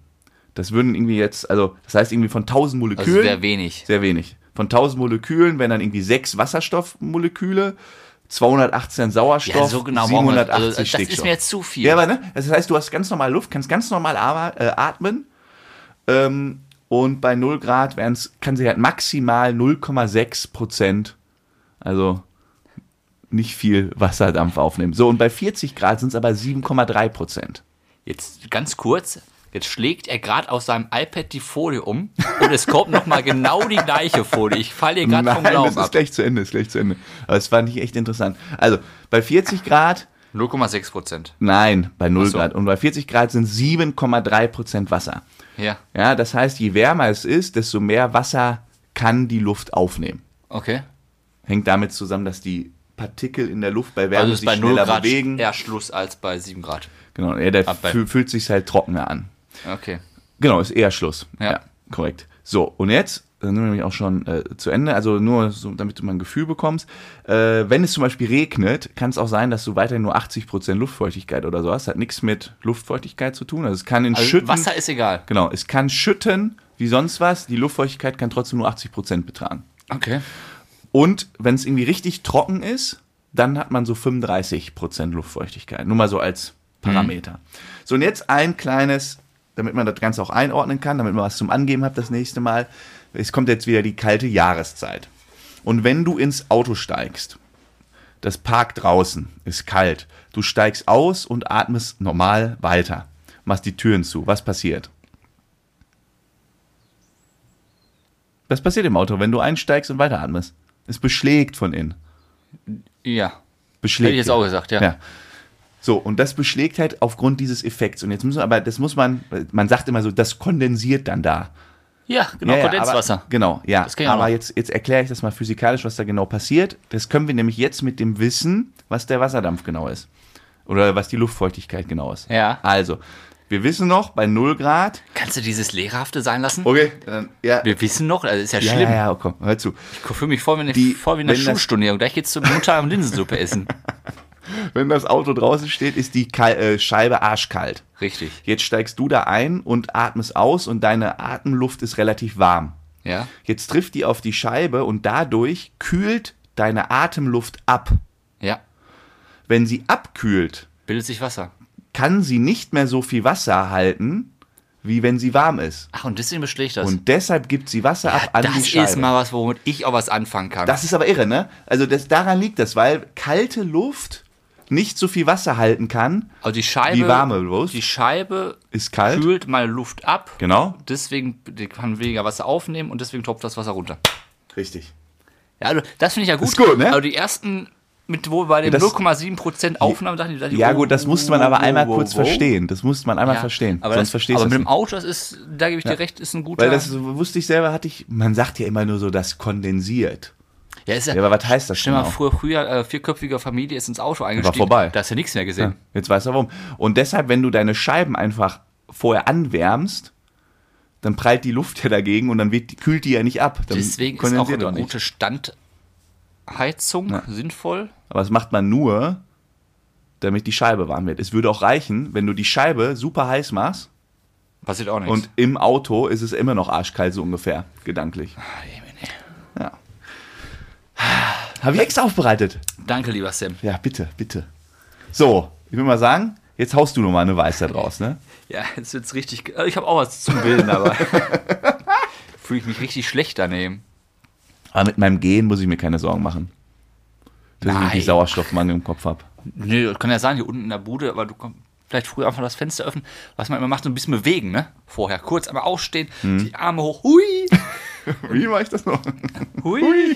Speaker 1: Das würden irgendwie jetzt, also das heißt irgendwie von 1000
Speaker 2: also
Speaker 1: Molekülen.
Speaker 2: sehr wenig.
Speaker 1: Sehr wenig. Von 1000 Molekülen wären dann irgendwie sechs Wasserstoffmoleküle, 218 Sauerstoff,
Speaker 2: Ja, so genau brauchen wir-
Speaker 1: 780
Speaker 2: also, das
Speaker 1: Stickstoff.
Speaker 2: ist mir jetzt zu viel.
Speaker 1: Ja, aber ne? Das heißt, du hast ganz normal Luft, kannst ganz normal aber- äh, atmen. Ähm, und bei 0 Grad wären's, kann sie halt maximal 0,6 Prozent, also nicht viel Wasserdampf aufnehmen. So, und bei 40 Grad sind es aber 7,3 Prozent.
Speaker 2: Jetzt ganz kurz. Jetzt schlägt er gerade auf seinem iPad die Folie um und es kommt nochmal genau die gleiche Folie. Ich falle hier gerade vom
Speaker 1: Nein, das
Speaker 2: Glauben
Speaker 1: ist
Speaker 2: ab.
Speaker 1: gleich zu Ende, ist gleich zu Ende. Aber es fand ich echt interessant. Also, bei 40 Grad
Speaker 2: 0,6 Prozent.
Speaker 1: Nein, bei 0
Speaker 2: Ach so.
Speaker 1: Grad. Und bei 40 Grad sind 7,3 Prozent Wasser.
Speaker 2: Ja,
Speaker 1: Ja, das heißt, je wärmer es ist, desto mehr Wasser kann die Luft aufnehmen.
Speaker 2: okay. Also
Speaker 1: Hängt damit zusammen, dass die Partikel in der Luft bei Wärme
Speaker 2: Also ist
Speaker 1: sich
Speaker 2: bei 0
Speaker 1: schneller
Speaker 2: Grad
Speaker 1: bewegen.
Speaker 2: eher Schluss als bei 7 Grad.
Speaker 1: Genau, ja, der
Speaker 2: Ab bei-
Speaker 1: fü- fühlt sich halt trockener an.
Speaker 2: Okay.
Speaker 1: Genau, ist eher Schluss.
Speaker 2: Ja.
Speaker 1: korrekt. So, und jetzt dann sind wir nämlich auch schon äh, zu Ende, also nur so, damit du mal ein Gefühl bekommst. Äh, wenn es zum Beispiel regnet, kann es auch sein, dass du weiterhin nur 80% Luftfeuchtigkeit oder so hast. Hat nichts mit Luftfeuchtigkeit zu tun. Also es kann in
Speaker 2: Also
Speaker 1: Schütten.
Speaker 2: Wasser ist egal.
Speaker 1: Genau, es kann schütten wie sonst was. Die Luftfeuchtigkeit kann trotzdem nur 80% betragen.
Speaker 2: Okay.
Speaker 1: Und wenn es irgendwie richtig trocken ist, dann hat man so 35% Luftfeuchtigkeit. Nur mal so als Parameter. So, und jetzt ein kleines, damit man das Ganze auch einordnen kann, damit man was zum Angeben hat das nächste Mal. Es kommt jetzt wieder die kalte Jahreszeit. Und wenn du ins Auto steigst, das Park draußen ist kalt, du steigst aus und atmest normal weiter. machst die Türen zu. Was passiert? Was passiert im Auto, wenn du einsteigst und weiteratmest? Es beschlägt von innen.
Speaker 2: Ja.
Speaker 1: Beschlägt.
Speaker 2: Hätte ich jetzt
Speaker 1: ja.
Speaker 2: auch gesagt, ja.
Speaker 1: ja. So, und das beschlägt halt aufgrund dieses Effekts. Und jetzt müssen wir, aber das muss man, man sagt immer so, das kondensiert dann da.
Speaker 2: Ja, genau,
Speaker 1: Ja, ja,
Speaker 2: Kondenswasser.
Speaker 1: Aber, genau, ja.
Speaker 2: Das ging auch noch.
Speaker 1: aber jetzt, jetzt erkläre ich das mal physikalisch, was da genau passiert. Das können wir nämlich jetzt mit dem Wissen, was der Wasserdampf genau ist. Oder was die Luftfeuchtigkeit genau ist.
Speaker 2: Ja.
Speaker 1: Also, wir wissen noch, bei 0 Grad.
Speaker 2: Kannst du dieses Lehrerhafte sein lassen?
Speaker 1: Okay, dann, ja.
Speaker 2: Wir wissen noch, also ist ja,
Speaker 1: ja,
Speaker 2: schlimm.
Speaker 1: ja, ja, komm, hör zu.
Speaker 2: Ich fühle mich voll wie, eine,
Speaker 1: Die-
Speaker 2: voll wie in der
Speaker 1: wenn das-
Speaker 2: Schulstunde. hier. Und gleich geht's zur Mutter am Linsensuppe essen.
Speaker 1: Wenn das Auto draußen steht, ist die Kal äh, Scheibe arschkalt.
Speaker 2: Richtig.
Speaker 1: Jetzt steigst du da ein und atmest aus und deine Atemluft ist relativ warm.
Speaker 2: Ja.
Speaker 1: Jetzt trifft die auf die Scheibe und dadurch kühlt deine Atemluft ab.
Speaker 2: Ja.
Speaker 1: Wenn sie abkühlt,
Speaker 2: Bildet sich Wasser.
Speaker 1: kann sie nicht mehr so viel Wasser halten, wie wenn sie warm ist.
Speaker 2: Ach, und deswegen beschlägt das.
Speaker 1: Und deshalb gibt sie Wasser ab an die
Speaker 2: das
Speaker 1: Scheibe.
Speaker 2: ist mal was, womit ich auch was anfangen kann.
Speaker 1: das ist aber irre, ne? Also das, daran liegt das, weil kalte Luft nicht so viel Wasser halten kann.
Speaker 2: also die Scheibe,
Speaker 1: die warme Luft
Speaker 2: die Scheibe
Speaker 1: ist kalt.
Speaker 2: kühlt meine Luft ab.
Speaker 1: Genau.
Speaker 2: Deswegen die kann weniger Wasser aufnehmen und deswegen tropft das Wasser runter.
Speaker 1: Richtig.
Speaker 2: Ja, also das finde ich ja gut.
Speaker 1: Ist gut, ne?
Speaker 2: Also die ersten mit wohl bei den
Speaker 1: Das-
Speaker 2: 0,7% Aufnahmen dachten die, dachten die,
Speaker 1: Ja
Speaker 2: oh,
Speaker 1: gut, das musste man aber einmal kurz verstehen. Das musste man einmal
Speaker 2: Ja,
Speaker 1: verstehen.
Speaker 2: Aber,
Speaker 1: Sonst
Speaker 2: das,
Speaker 1: verstehst du
Speaker 2: aber mit
Speaker 1: es
Speaker 2: dem
Speaker 1: nicht.
Speaker 2: Auto, das ist, da gebe ich dir recht, ist ein guter.
Speaker 1: Weil das so wusste ich selber, hatte ich, man sagt ja immer nur so, das kondensiert.
Speaker 2: ja, ist ja,
Speaker 1: Ja, aber was heißt das
Speaker 2: stell
Speaker 1: schon?
Speaker 2: mal
Speaker 1: Auch?
Speaker 2: früher, früher äh, vierköpfiger Familie ist ins Auto eingestiegen.
Speaker 1: vorbei.
Speaker 2: Da hast du nichts mehr
Speaker 1: Ja,
Speaker 2: gesehen.
Speaker 1: jetzt weißt du warum. Und deshalb, wenn du deine Scheiben einfach vorher anwärmst, dann prallt die Luft ja dagegen und dann wird, die- kühlt die ja nicht ab. Dann
Speaker 2: Deswegen ist auch
Speaker 1: kondensiert
Speaker 2: eine
Speaker 1: auch nicht.
Speaker 2: gute Standheizung sinnvoll.
Speaker 1: Aber das macht man nur, damit die Scheibe warm wird. Es würde auch reichen, wenn du die Scheibe super heiß machst
Speaker 2: Passiert auch nichts.
Speaker 1: und im Auto ist es immer noch arschkalt, so ungefähr, gedanklich.
Speaker 2: Ah,
Speaker 1: Ja. Habe ich extra aufbereitet.
Speaker 2: Danke, lieber Sam.
Speaker 1: Ja, bitte, bitte. So, ich will mal sagen, jetzt haust du nochmal eine Weisheit raus, ne?
Speaker 2: Ja, jetzt wird's richtig. ge- Ich habe auch was zum Bilden, aber fühle ich mich richtig schlecht daneben.
Speaker 1: Aber mit meinem Gehen muss ich mir keine Sorgen machen. Dass ich
Speaker 2: Nein.
Speaker 1: nicht Sauerstoffmangel im Kopf habe.
Speaker 2: Nö, das kann ja sein, hier unten in der Bude, aber du kommst vielleicht früher einfach das Fenster öffnen. Was man immer macht, so ein bisschen bewegen, ne? Vorher kurz einmal aufstehen,
Speaker 1: Mhm.
Speaker 2: die Arme hoch, hui,
Speaker 1: Wie mache ich das noch?
Speaker 2: hui.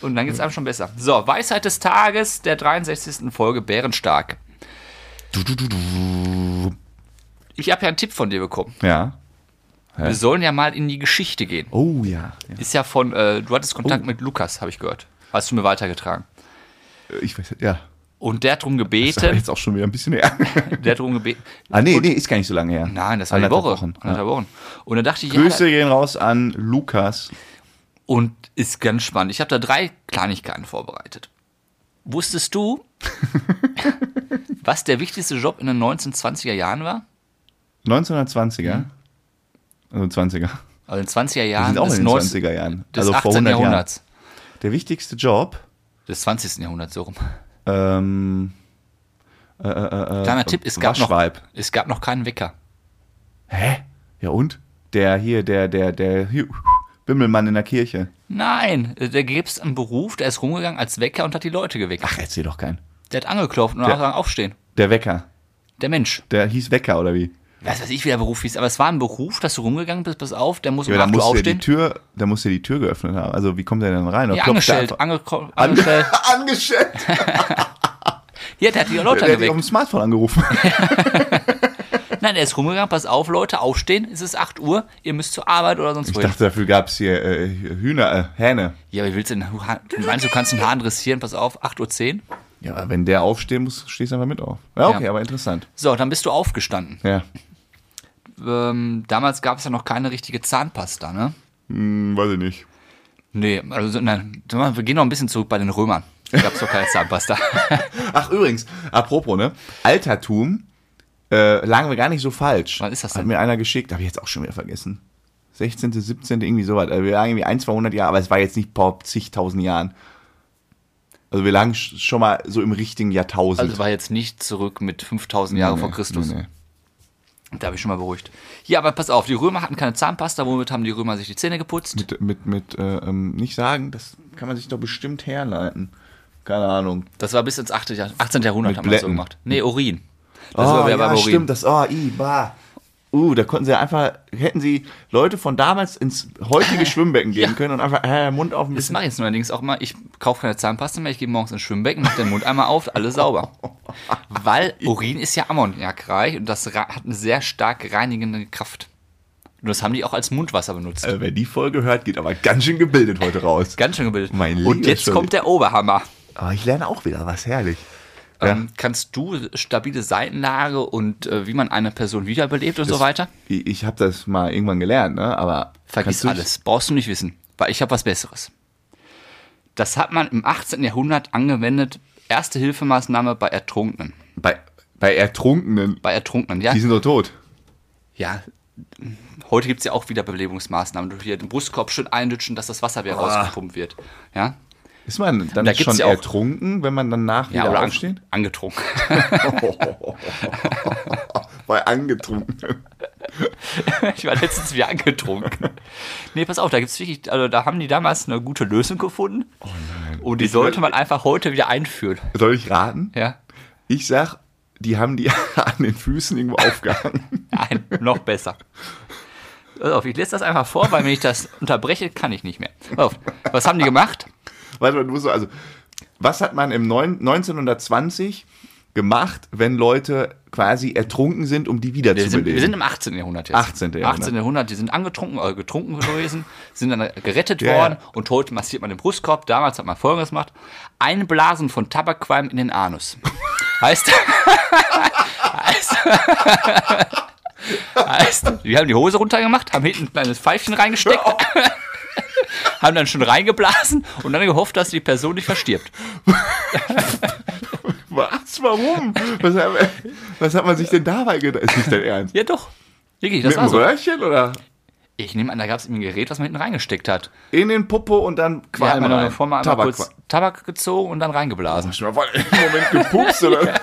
Speaker 2: Und dann geht's einem schon besser. So, Weisheit des Tages der 63. Folge Bärenstark. Ich habe ja einen Tipp von dir bekommen.
Speaker 1: Ja.
Speaker 2: Wir sollen ja mal in die Geschichte gehen.
Speaker 1: Oh ja. ja.
Speaker 2: Ist ja von, äh, du hattest Kontakt
Speaker 1: Oh.
Speaker 2: mit Lukas, habe ich gehört. Hast du mir weitergetragen.
Speaker 1: Ich weiß, ja.
Speaker 2: Und der hat drum
Speaker 1: Das war
Speaker 2: gebeten,
Speaker 1: jetzt auch schon wieder ein bisschen her.
Speaker 2: der hat drum gebeten.
Speaker 1: ah, nee, nee, ist gar nicht so lange her.
Speaker 2: Nein, das war die
Speaker 1: Anderthalb
Speaker 2: Woche.
Speaker 1: Wochen, ja.
Speaker 2: Anderthalb Wochen. Und dann dachte ich, ja,
Speaker 1: Grüße gehen raus an Lukas.
Speaker 2: Und ist ganz spannend. Ich habe da drei Kleinigkeiten vorbereitet. Wusstest du, was der wichtigste Job in den 1920er Jahren war?
Speaker 1: 1920er. Also 20er.
Speaker 2: Also in den 20er
Speaker 1: Wir
Speaker 2: Jahren
Speaker 1: sind auch
Speaker 2: des,
Speaker 1: in den
Speaker 2: 19
Speaker 1: 20er Jahren.
Speaker 2: des
Speaker 1: Also vor
Speaker 2: 18.
Speaker 1: 100 Jahren.
Speaker 2: Jahrhunderts.
Speaker 1: Der wichtigste Job.
Speaker 2: Des 20. Jahrhunderts, so rum.
Speaker 1: Ähm, äh, äh, äh,
Speaker 2: Kleiner Tipp, es gab, noch,
Speaker 1: Waschweib.
Speaker 2: es gab noch keinen Wecker.
Speaker 1: Hä? Ja und? Der hier, der, der, der hier, Bimmelmann in der Kirche.
Speaker 2: Nein, da gibt es einen Beruf, der ist rumgegangen als Wecker und hat die Leute geweckt.
Speaker 1: Ach, erzähl doch keinen.
Speaker 2: Der hat angeklopft und hat gesagt, aufstehen.
Speaker 1: Der Wecker.
Speaker 2: Der Mensch.
Speaker 1: Der hieß Wecker, oder wie?
Speaker 2: Was weiß ich, wie der Beruf hieß. Aber es war ein Beruf, dass du rumgegangen bist, pass auf, der muss um
Speaker 1: Ja, da
Speaker 2: 8 Uhr
Speaker 1: musste ja die
Speaker 2: aufstehen.
Speaker 1: Tür, da musste ja die Tür geöffnet haben. Also wie kommt der denn rein? Oder
Speaker 2: Ja,
Speaker 1: klopft der
Speaker 2: angestellt,
Speaker 1: einfach-
Speaker 2: angeko- angestellt.
Speaker 1: angestellt.
Speaker 2: Ja, der hat die
Speaker 1: Der
Speaker 2: Leute
Speaker 1: hat dich auf
Speaker 2: geweckt.
Speaker 1: dem Smartphone angerufen.
Speaker 2: Nein, er ist rumgegangen, pass auf, Leute, aufstehen, es ist 8 Uhr, ihr müsst zur Arbeit oder sonst
Speaker 1: Ich
Speaker 2: wohin.
Speaker 1: dachte, dafür gab es hier äh, Hühner, äh, Hähne.
Speaker 2: Ja, aber wie willst du den Hahn, du meinst, du kannst den Hahn dressieren, pass auf, 8.10 Uhr.
Speaker 1: Ja, aber wenn der aufstehen muss, stehst du einfach mit auf. Ja, okay,
Speaker 2: Ja.
Speaker 1: aber interessant.
Speaker 2: So, dann bist du aufgestanden.
Speaker 1: Ja.
Speaker 2: Ähm, damals gab es ja noch keine richtige Zahnpasta, ne?
Speaker 1: Hm, weiß ich nicht.
Speaker 2: Nee, also nein, sag mal, wir gehen noch ein bisschen zurück bei den Römern. Da gab es doch keine Zahnpasta.
Speaker 1: Ach, übrigens, apropos, ne? Altertum äh, lagen wir gar nicht so falsch.
Speaker 2: Was ist das denn?
Speaker 1: Hat mir einer geschickt, habe ich jetzt auch schon wieder vergessen. 16., 17., irgendwie sowas. Also wir lagen irgendwie ein, 200 Jahre, aber es war jetzt nicht vor zigtausend Jahren. Also wir lagen sch- schon mal so im richtigen Jahrtausend.
Speaker 2: Also war jetzt nicht zurück mit 5000 Jahre
Speaker 1: Nee,
Speaker 2: vor Christus.
Speaker 1: nee, nee.
Speaker 2: Da habe ich schon mal beruhigt. Ja, aber pass auf, die Römer hatten keine Zahnpasta, womit haben die Römer sich die Zähne geputzt?
Speaker 1: Mit, mit, mit äh, ähm, nicht sagen, das kann man sich doch bestimmt herleiten. Keine Ahnung.
Speaker 2: Das war bis ins 18. Jahrh- 18. Jahrhundert
Speaker 1: Mit
Speaker 2: haben wir das so
Speaker 1: Blättern.
Speaker 2: gemacht. Nee, Urin. Das
Speaker 1: oh,
Speaker 2: war wer
Speaker 1: ja,
Speaker 2: beim Urin.
Speaker 1: stimmt, das, oh, i, bah. Uh, da konnten sie einfach, hätten sie Leute von damals ins heutige Schwimmbecken geben
Speaker 2: Ja.
Speaker 1: können und einfach äh, Mund auf ein
Speaker 2: Das
Speaker 1: bisschen.
Speaker 2: mache ich jetzt neuerdings auch mal. Ich kaufe keine Zahnpasta mehr, ich gehe morgens ins Schwimmbecken, mache den Mund einmal auf, alles sauber. Weil Urin ist ja ammoniakreich und das ra- hat eine sehr stark reinigende Kraft. Und das haben die auch als Mundwasser benutzt.
Speaker 1: Äh, wer die Folge hört, geht aber ganz schön gebildet heute raus.
Speaker 2: Ganz schön gebildet.
Speaker 1: Mein lieber
Speaker 2: und jetzt
Speaker 1: Scholli.
Speaker 2: kommt der Oberhammer.
Speaker 1: Aber ich lerne auch wieder was, herrlich.
Speaker 2: Ähm, kannst du stabile Seitenlage und äh, wie man eine Person wiederbelebt und so weiter?
Speaker 1: Ich, ich habe das mal irgendwann gelernt, ne? aber. kannst
Speaker 2: Vergiss
Speaker 1: du-
Speaker 2: alles. Brauchst du nicht wissen. Weil ich habe was Besseres. Das hat man im 18. Jahrhundert angewendet. Erste Hilfemaßnahme bei Ertrunkenen.
Speaker 1: Bei, bei Ertrunkenen,
Speaker 2: Bei Ertrunkenen, ja.
Speaker 1: die sind doch tot.
Speaker 2: ja. Heute gibt es ja auch Wiederbelebungsmaßnahmen. Du hier den Brustkorb schön eindütschen, dass das Wasser wieder rausgepumpt wird. Ja.
Speaker 1: Ist man dann
Speaker 2: Da gibt's
Speaker 1: schon
Speaker 2: ja auch-
Speaker 1: ertrunken, wenn man danach
Speaker 2: ja
Speaker 1: wieder
Speaker 2: an-
Speaker 1: aufsteht?
Speaker 2: angetrunken.
Speaker 1: Bei angetrunken.
Speaker 2: Ich war letztens wieder angetrunken. Nee, pass auf, da gibt's wirklich, also da haben die damals eine gute Lösung gefunden. Oh nein. Und die sollte man einfach heute wieder einführen.
Speaker 1: Soll ich raten?
Speaker 2: Ja.
Speaker 1: Ich sag, die haben die an den Füßen irgendwo aufgehangen.
Speaker 2: Nein, noch besser. Pass auf, ich lese das einfach vor, weil wenn ich das unterbreche, kann ich nicht mehr. Pass auf, was haben die gemacht?
Speaker 1: Warte mal, du musst so, also, was hat man im neun- 1920 gemacht, wenn Leute quasi ertrunken sind, um die
Speaker 2: Wir sind,
Speaker 1: wiederzubeleben?
Speaker 2: wir sind im 18. Jahrhundert jetzt.
Speaker 1: 18. Jahrhundert.
Speaker 2: 18. Jahrhundert, die sind angetrunken, äh, getrunken gewesen, sind dann gerettet
Speaker 1: Ja,
Speaker 2: worden
Speaker 1: ja.
Speaker 2: und heute massiert man den Brustkorb. Damals hat man Folgendes gemacht. Einblasen von Tabakqualm in den Anus. Heißt, heißt, heißt, wir haben die Hose runtergemacht, haben hinten ein kleines Pfeifchen reingesteckt, haben dann schon reingeblasen und dann gehofft, dass die Person nicht verstirbt.
Speaker 1: was? Warum? Was hat, was hat man sich denn dabei gedacht? Ist nicht dein Ernst?
Speaker 2: Ja, doch. Wirklich, das
Speaker 1: Mit einem
Speaker 2: war so.
Speaker 1: Röhrchen oder
Speaker 2: Ich nehme an, da gab es ein Gerät, was man hinten reingesteckt hat.
Speaker 1: in den Popo und dann
Speaker 2: Wir haben
Speaker 1: Qualm
Speaker 2: dann
Speaker 1: rein.
Speaker 2: davor mal einmal
Speaker 1: Tabak-
Speaker 2: kurz Tabak gezogen und dann reingeblasen.
Speaker 1: Hast du mal im Moment gepupst oder?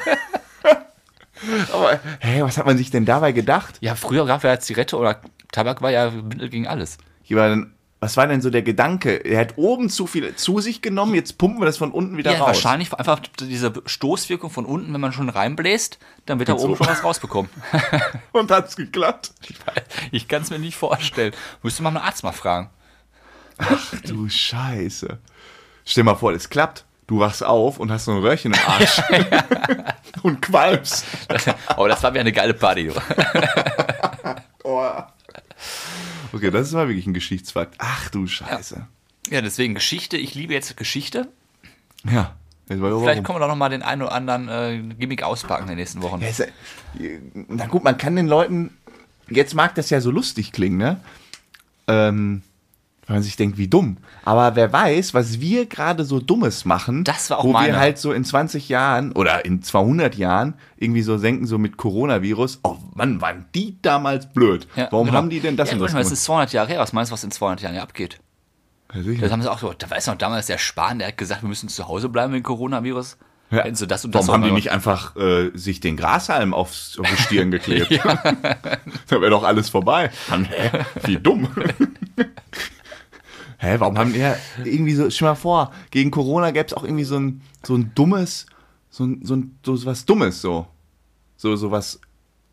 Speaker 1: Aber, hey, was hat man sich denn dabei gedacht?
Speaker 2: Ja, früher gab es ja Zigarette oder Tabak war ja Mittel gegen alles.
Speaker 1: Ich meine, was war denn so der Gedanke? Er hat oben zu viel zu sich genommen, jetzt pumpen wir das von unten wieder
Speaker 2: Ja,
Speaker 1: raus.
Speaker 2: wahrscheinlich war einfach diese Stoßwirkung von unten, wenn man schon reinbläst, dann wird da
Speaker 1: Jetzt
Speaker 2: oben
Speaker 1: so.
Speaker 2: schon was rausbekommen.
Speaker 1: Und hat's geklappt.
Speaker 2: Ich kann es mir nicht vorstellen. Müsste man einen Arzt mal fragen.
Speaker 1: Du Scheiße. Stell mal vor, das klappt. Du wachst auf und hast so ein Röhrchen im Arsch. und qualmst.
Speaker 2: Aber das war mir eine geile Party. du.
Speaker 1: Oh. Okay, das ist mal wirklich ein Geschichtsfakt. Ach du Scheiße.
Speaker 2: Ja, deswegen Geschichte. Ich liebe jetzt Geschichte.
Speaker 1: Ja. Jetzt war
Speaker 2: Vielleicht kommen wir doch noch mal den einen oder anderen äh, Gimmick auspacken in den nächsten Wochen.
Speaker 1: Ja, ist ja, na gut, man kann den Leuten, jetzt mag das ja so lustig klingen, ne? Ähm, weil man sich denkt, wie dumm. Aber wer weiß, was wir gerade so Dummes machen,
Speaker 2: Das war auch
Speaker 1: wo
Speaker 2: meine.
Speaker 1: wir halt so in 20 Jahren oder in 200 Jahren irgendwie so denken, so mit Coronavirus, oh Mann, waren die damals blöd.
Speaker 2: Ja,
Speaker 1: Warum
Speaker 2: genau.
Speaker 1: haben die denn das
Speaker 2: ja,
Speaker 1: und das
Speaker 2: Das
Speaker 1: gemacht?
Speaker 2: ist 200 Jahre her. Was meinst du, was in 200 Jahren hier abgeht?
Speaker 1: Ja, sicher.
Speaker 2: Das haben sie auch so, da weiß noch damals der Spahn, der hat gesagt, wir müssen zu Hause bleiben wegen Coronavirus.
Speaker 1: Ja.
Speaker 2: Hätten sie das und das
Speaker 1: Warum haben
Speaker 2: auch
Speaker 1: die
Speaker 2: noch-
Speaker 1: nicht einfach äh, sich den Grashalm aufs, auf die Stirn geklebt? da wäre doch alles vorbei. Mann, hä? Wie dumm. hä, warum haben die ja irgendwie so, stell mal vor, gegen Corona gäbe es auch irgendwie so ein, so ein dummes, so ein, so ein so was Dummes so. So, so was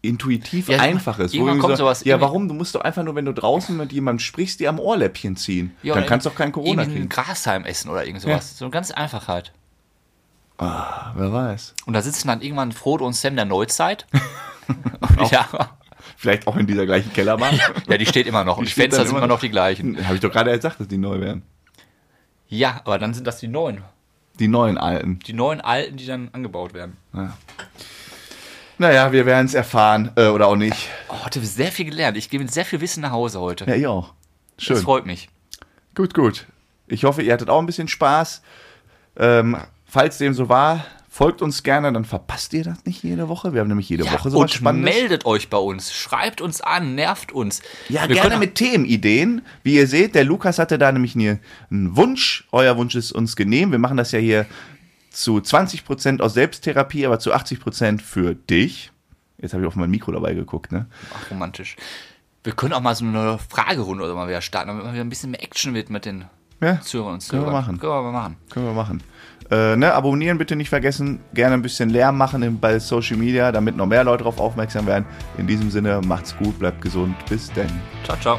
Speaker 1: intuitiv
Speaker 2: Ja,
Speaker 1: einfaches.
Speaker 2: irgendwann
Speaker 1: irgendwie
Speaker 2: kommt sowas-
Speaker 1: ja, warum? Du musst doch einfach nur, wenn du draußen mit jemandem sprichst, dir am Ohrläppchen ziehen.
Speaker 2: Ja,
Speaker 1: Dann
Speaker 2: oder
Speaker 1: kannst du auch kein Corona
Speaker 2: irgendwie
Speaker 1: kriegen.
Speaker 2: ein Grashalm essen oder irgend sowas. So ganz einfach halt.
Speaker 1: Wer weiß.
Speaker 2: Und da sitzen dann irgendwann Frodo und Sam der Neuzeit. und ja,
Speaker 1: Vielleicht auch in dieser gleichen Kellerbar.
Speaker 2: ja, die steht immer noch. Und die,
Speaker 1: steht
Speaker 2: Fenster
Speaker 1: dann
Speaker 2: sind
Speaker 1: immer
Speaker 2: immer noch
Speaker 1: noch.
Speaker 2: die gleichen.
Speaker 1: Habe ich doch gerade gesagt, dass die neu wären.
Speaker 2: Ja, aber dann sind das die neuen.
Speaker 1: Die neuen alten.
Speaker 2: Die neuen alten, die dann angebaut werden.
Speaker 1: Naja, wir werden es erfahren. Äh, oder auch nicht.
Speaker 2: Oh, heute wird sehr viel gelernt. Ich gehe mit sehr viel Wissen nach Hause heute.
Speaker 1: Ja, ich auch.
Speaker 2: das
Speaker 1: Schön.
Speaker 2: freut mich.
Speaker 1: Gut, gut. Ich hoffe, ihr hattet auch ein bisschen Spaß. Ähm, falls dem so war, folgt uns gerne, dann verpasst ihr das nicht jede Woche. Wir haben nämlich jede Woche so
Speaker 2: und
Speaker 1: was Spannendes.
Speaker 2: meldet euch bei uns. Schreibt uns an, nervt uns.
Speaker 1: Ja,
Speaker 2: Wir
Speaker 1: gerne
Speaker 2: können-
Speaker 1: mit Themenideen. Wie ihr seht, der Lukas hatte da nämlich eine- einen Wunsch. Euer Wunsch ist uns genehm. Wir machen das ja hier zu 20% aus Selbsttherapie, aber zu 80% für dich. Jetzt habe ich auf mein Mikro dabei geguckt, ne?
Speaker 2: Ach, romantisch. Wir können auch mal so eine Fragerunde oder mal wieder starten, damit man wieder ein bisschen mehr Action wird mit den
Speaker 1: Ja,
Speaker 2: Zürich.
Speaker 1: können wir machen.
Speaker 2: Können wir mal machen.
Speaker 1: Können wir machen. Äh, ne, abonnieren bitte nicht vergessen. Gerne ein bisschen Lärm machen im- bei Social Media, damit noch mehr Leute darauf aufmerksam werden. In diesem Sinne, macht's gut, bleibt gesund. Bis denn.
Speaker 2: Ciao, ciao.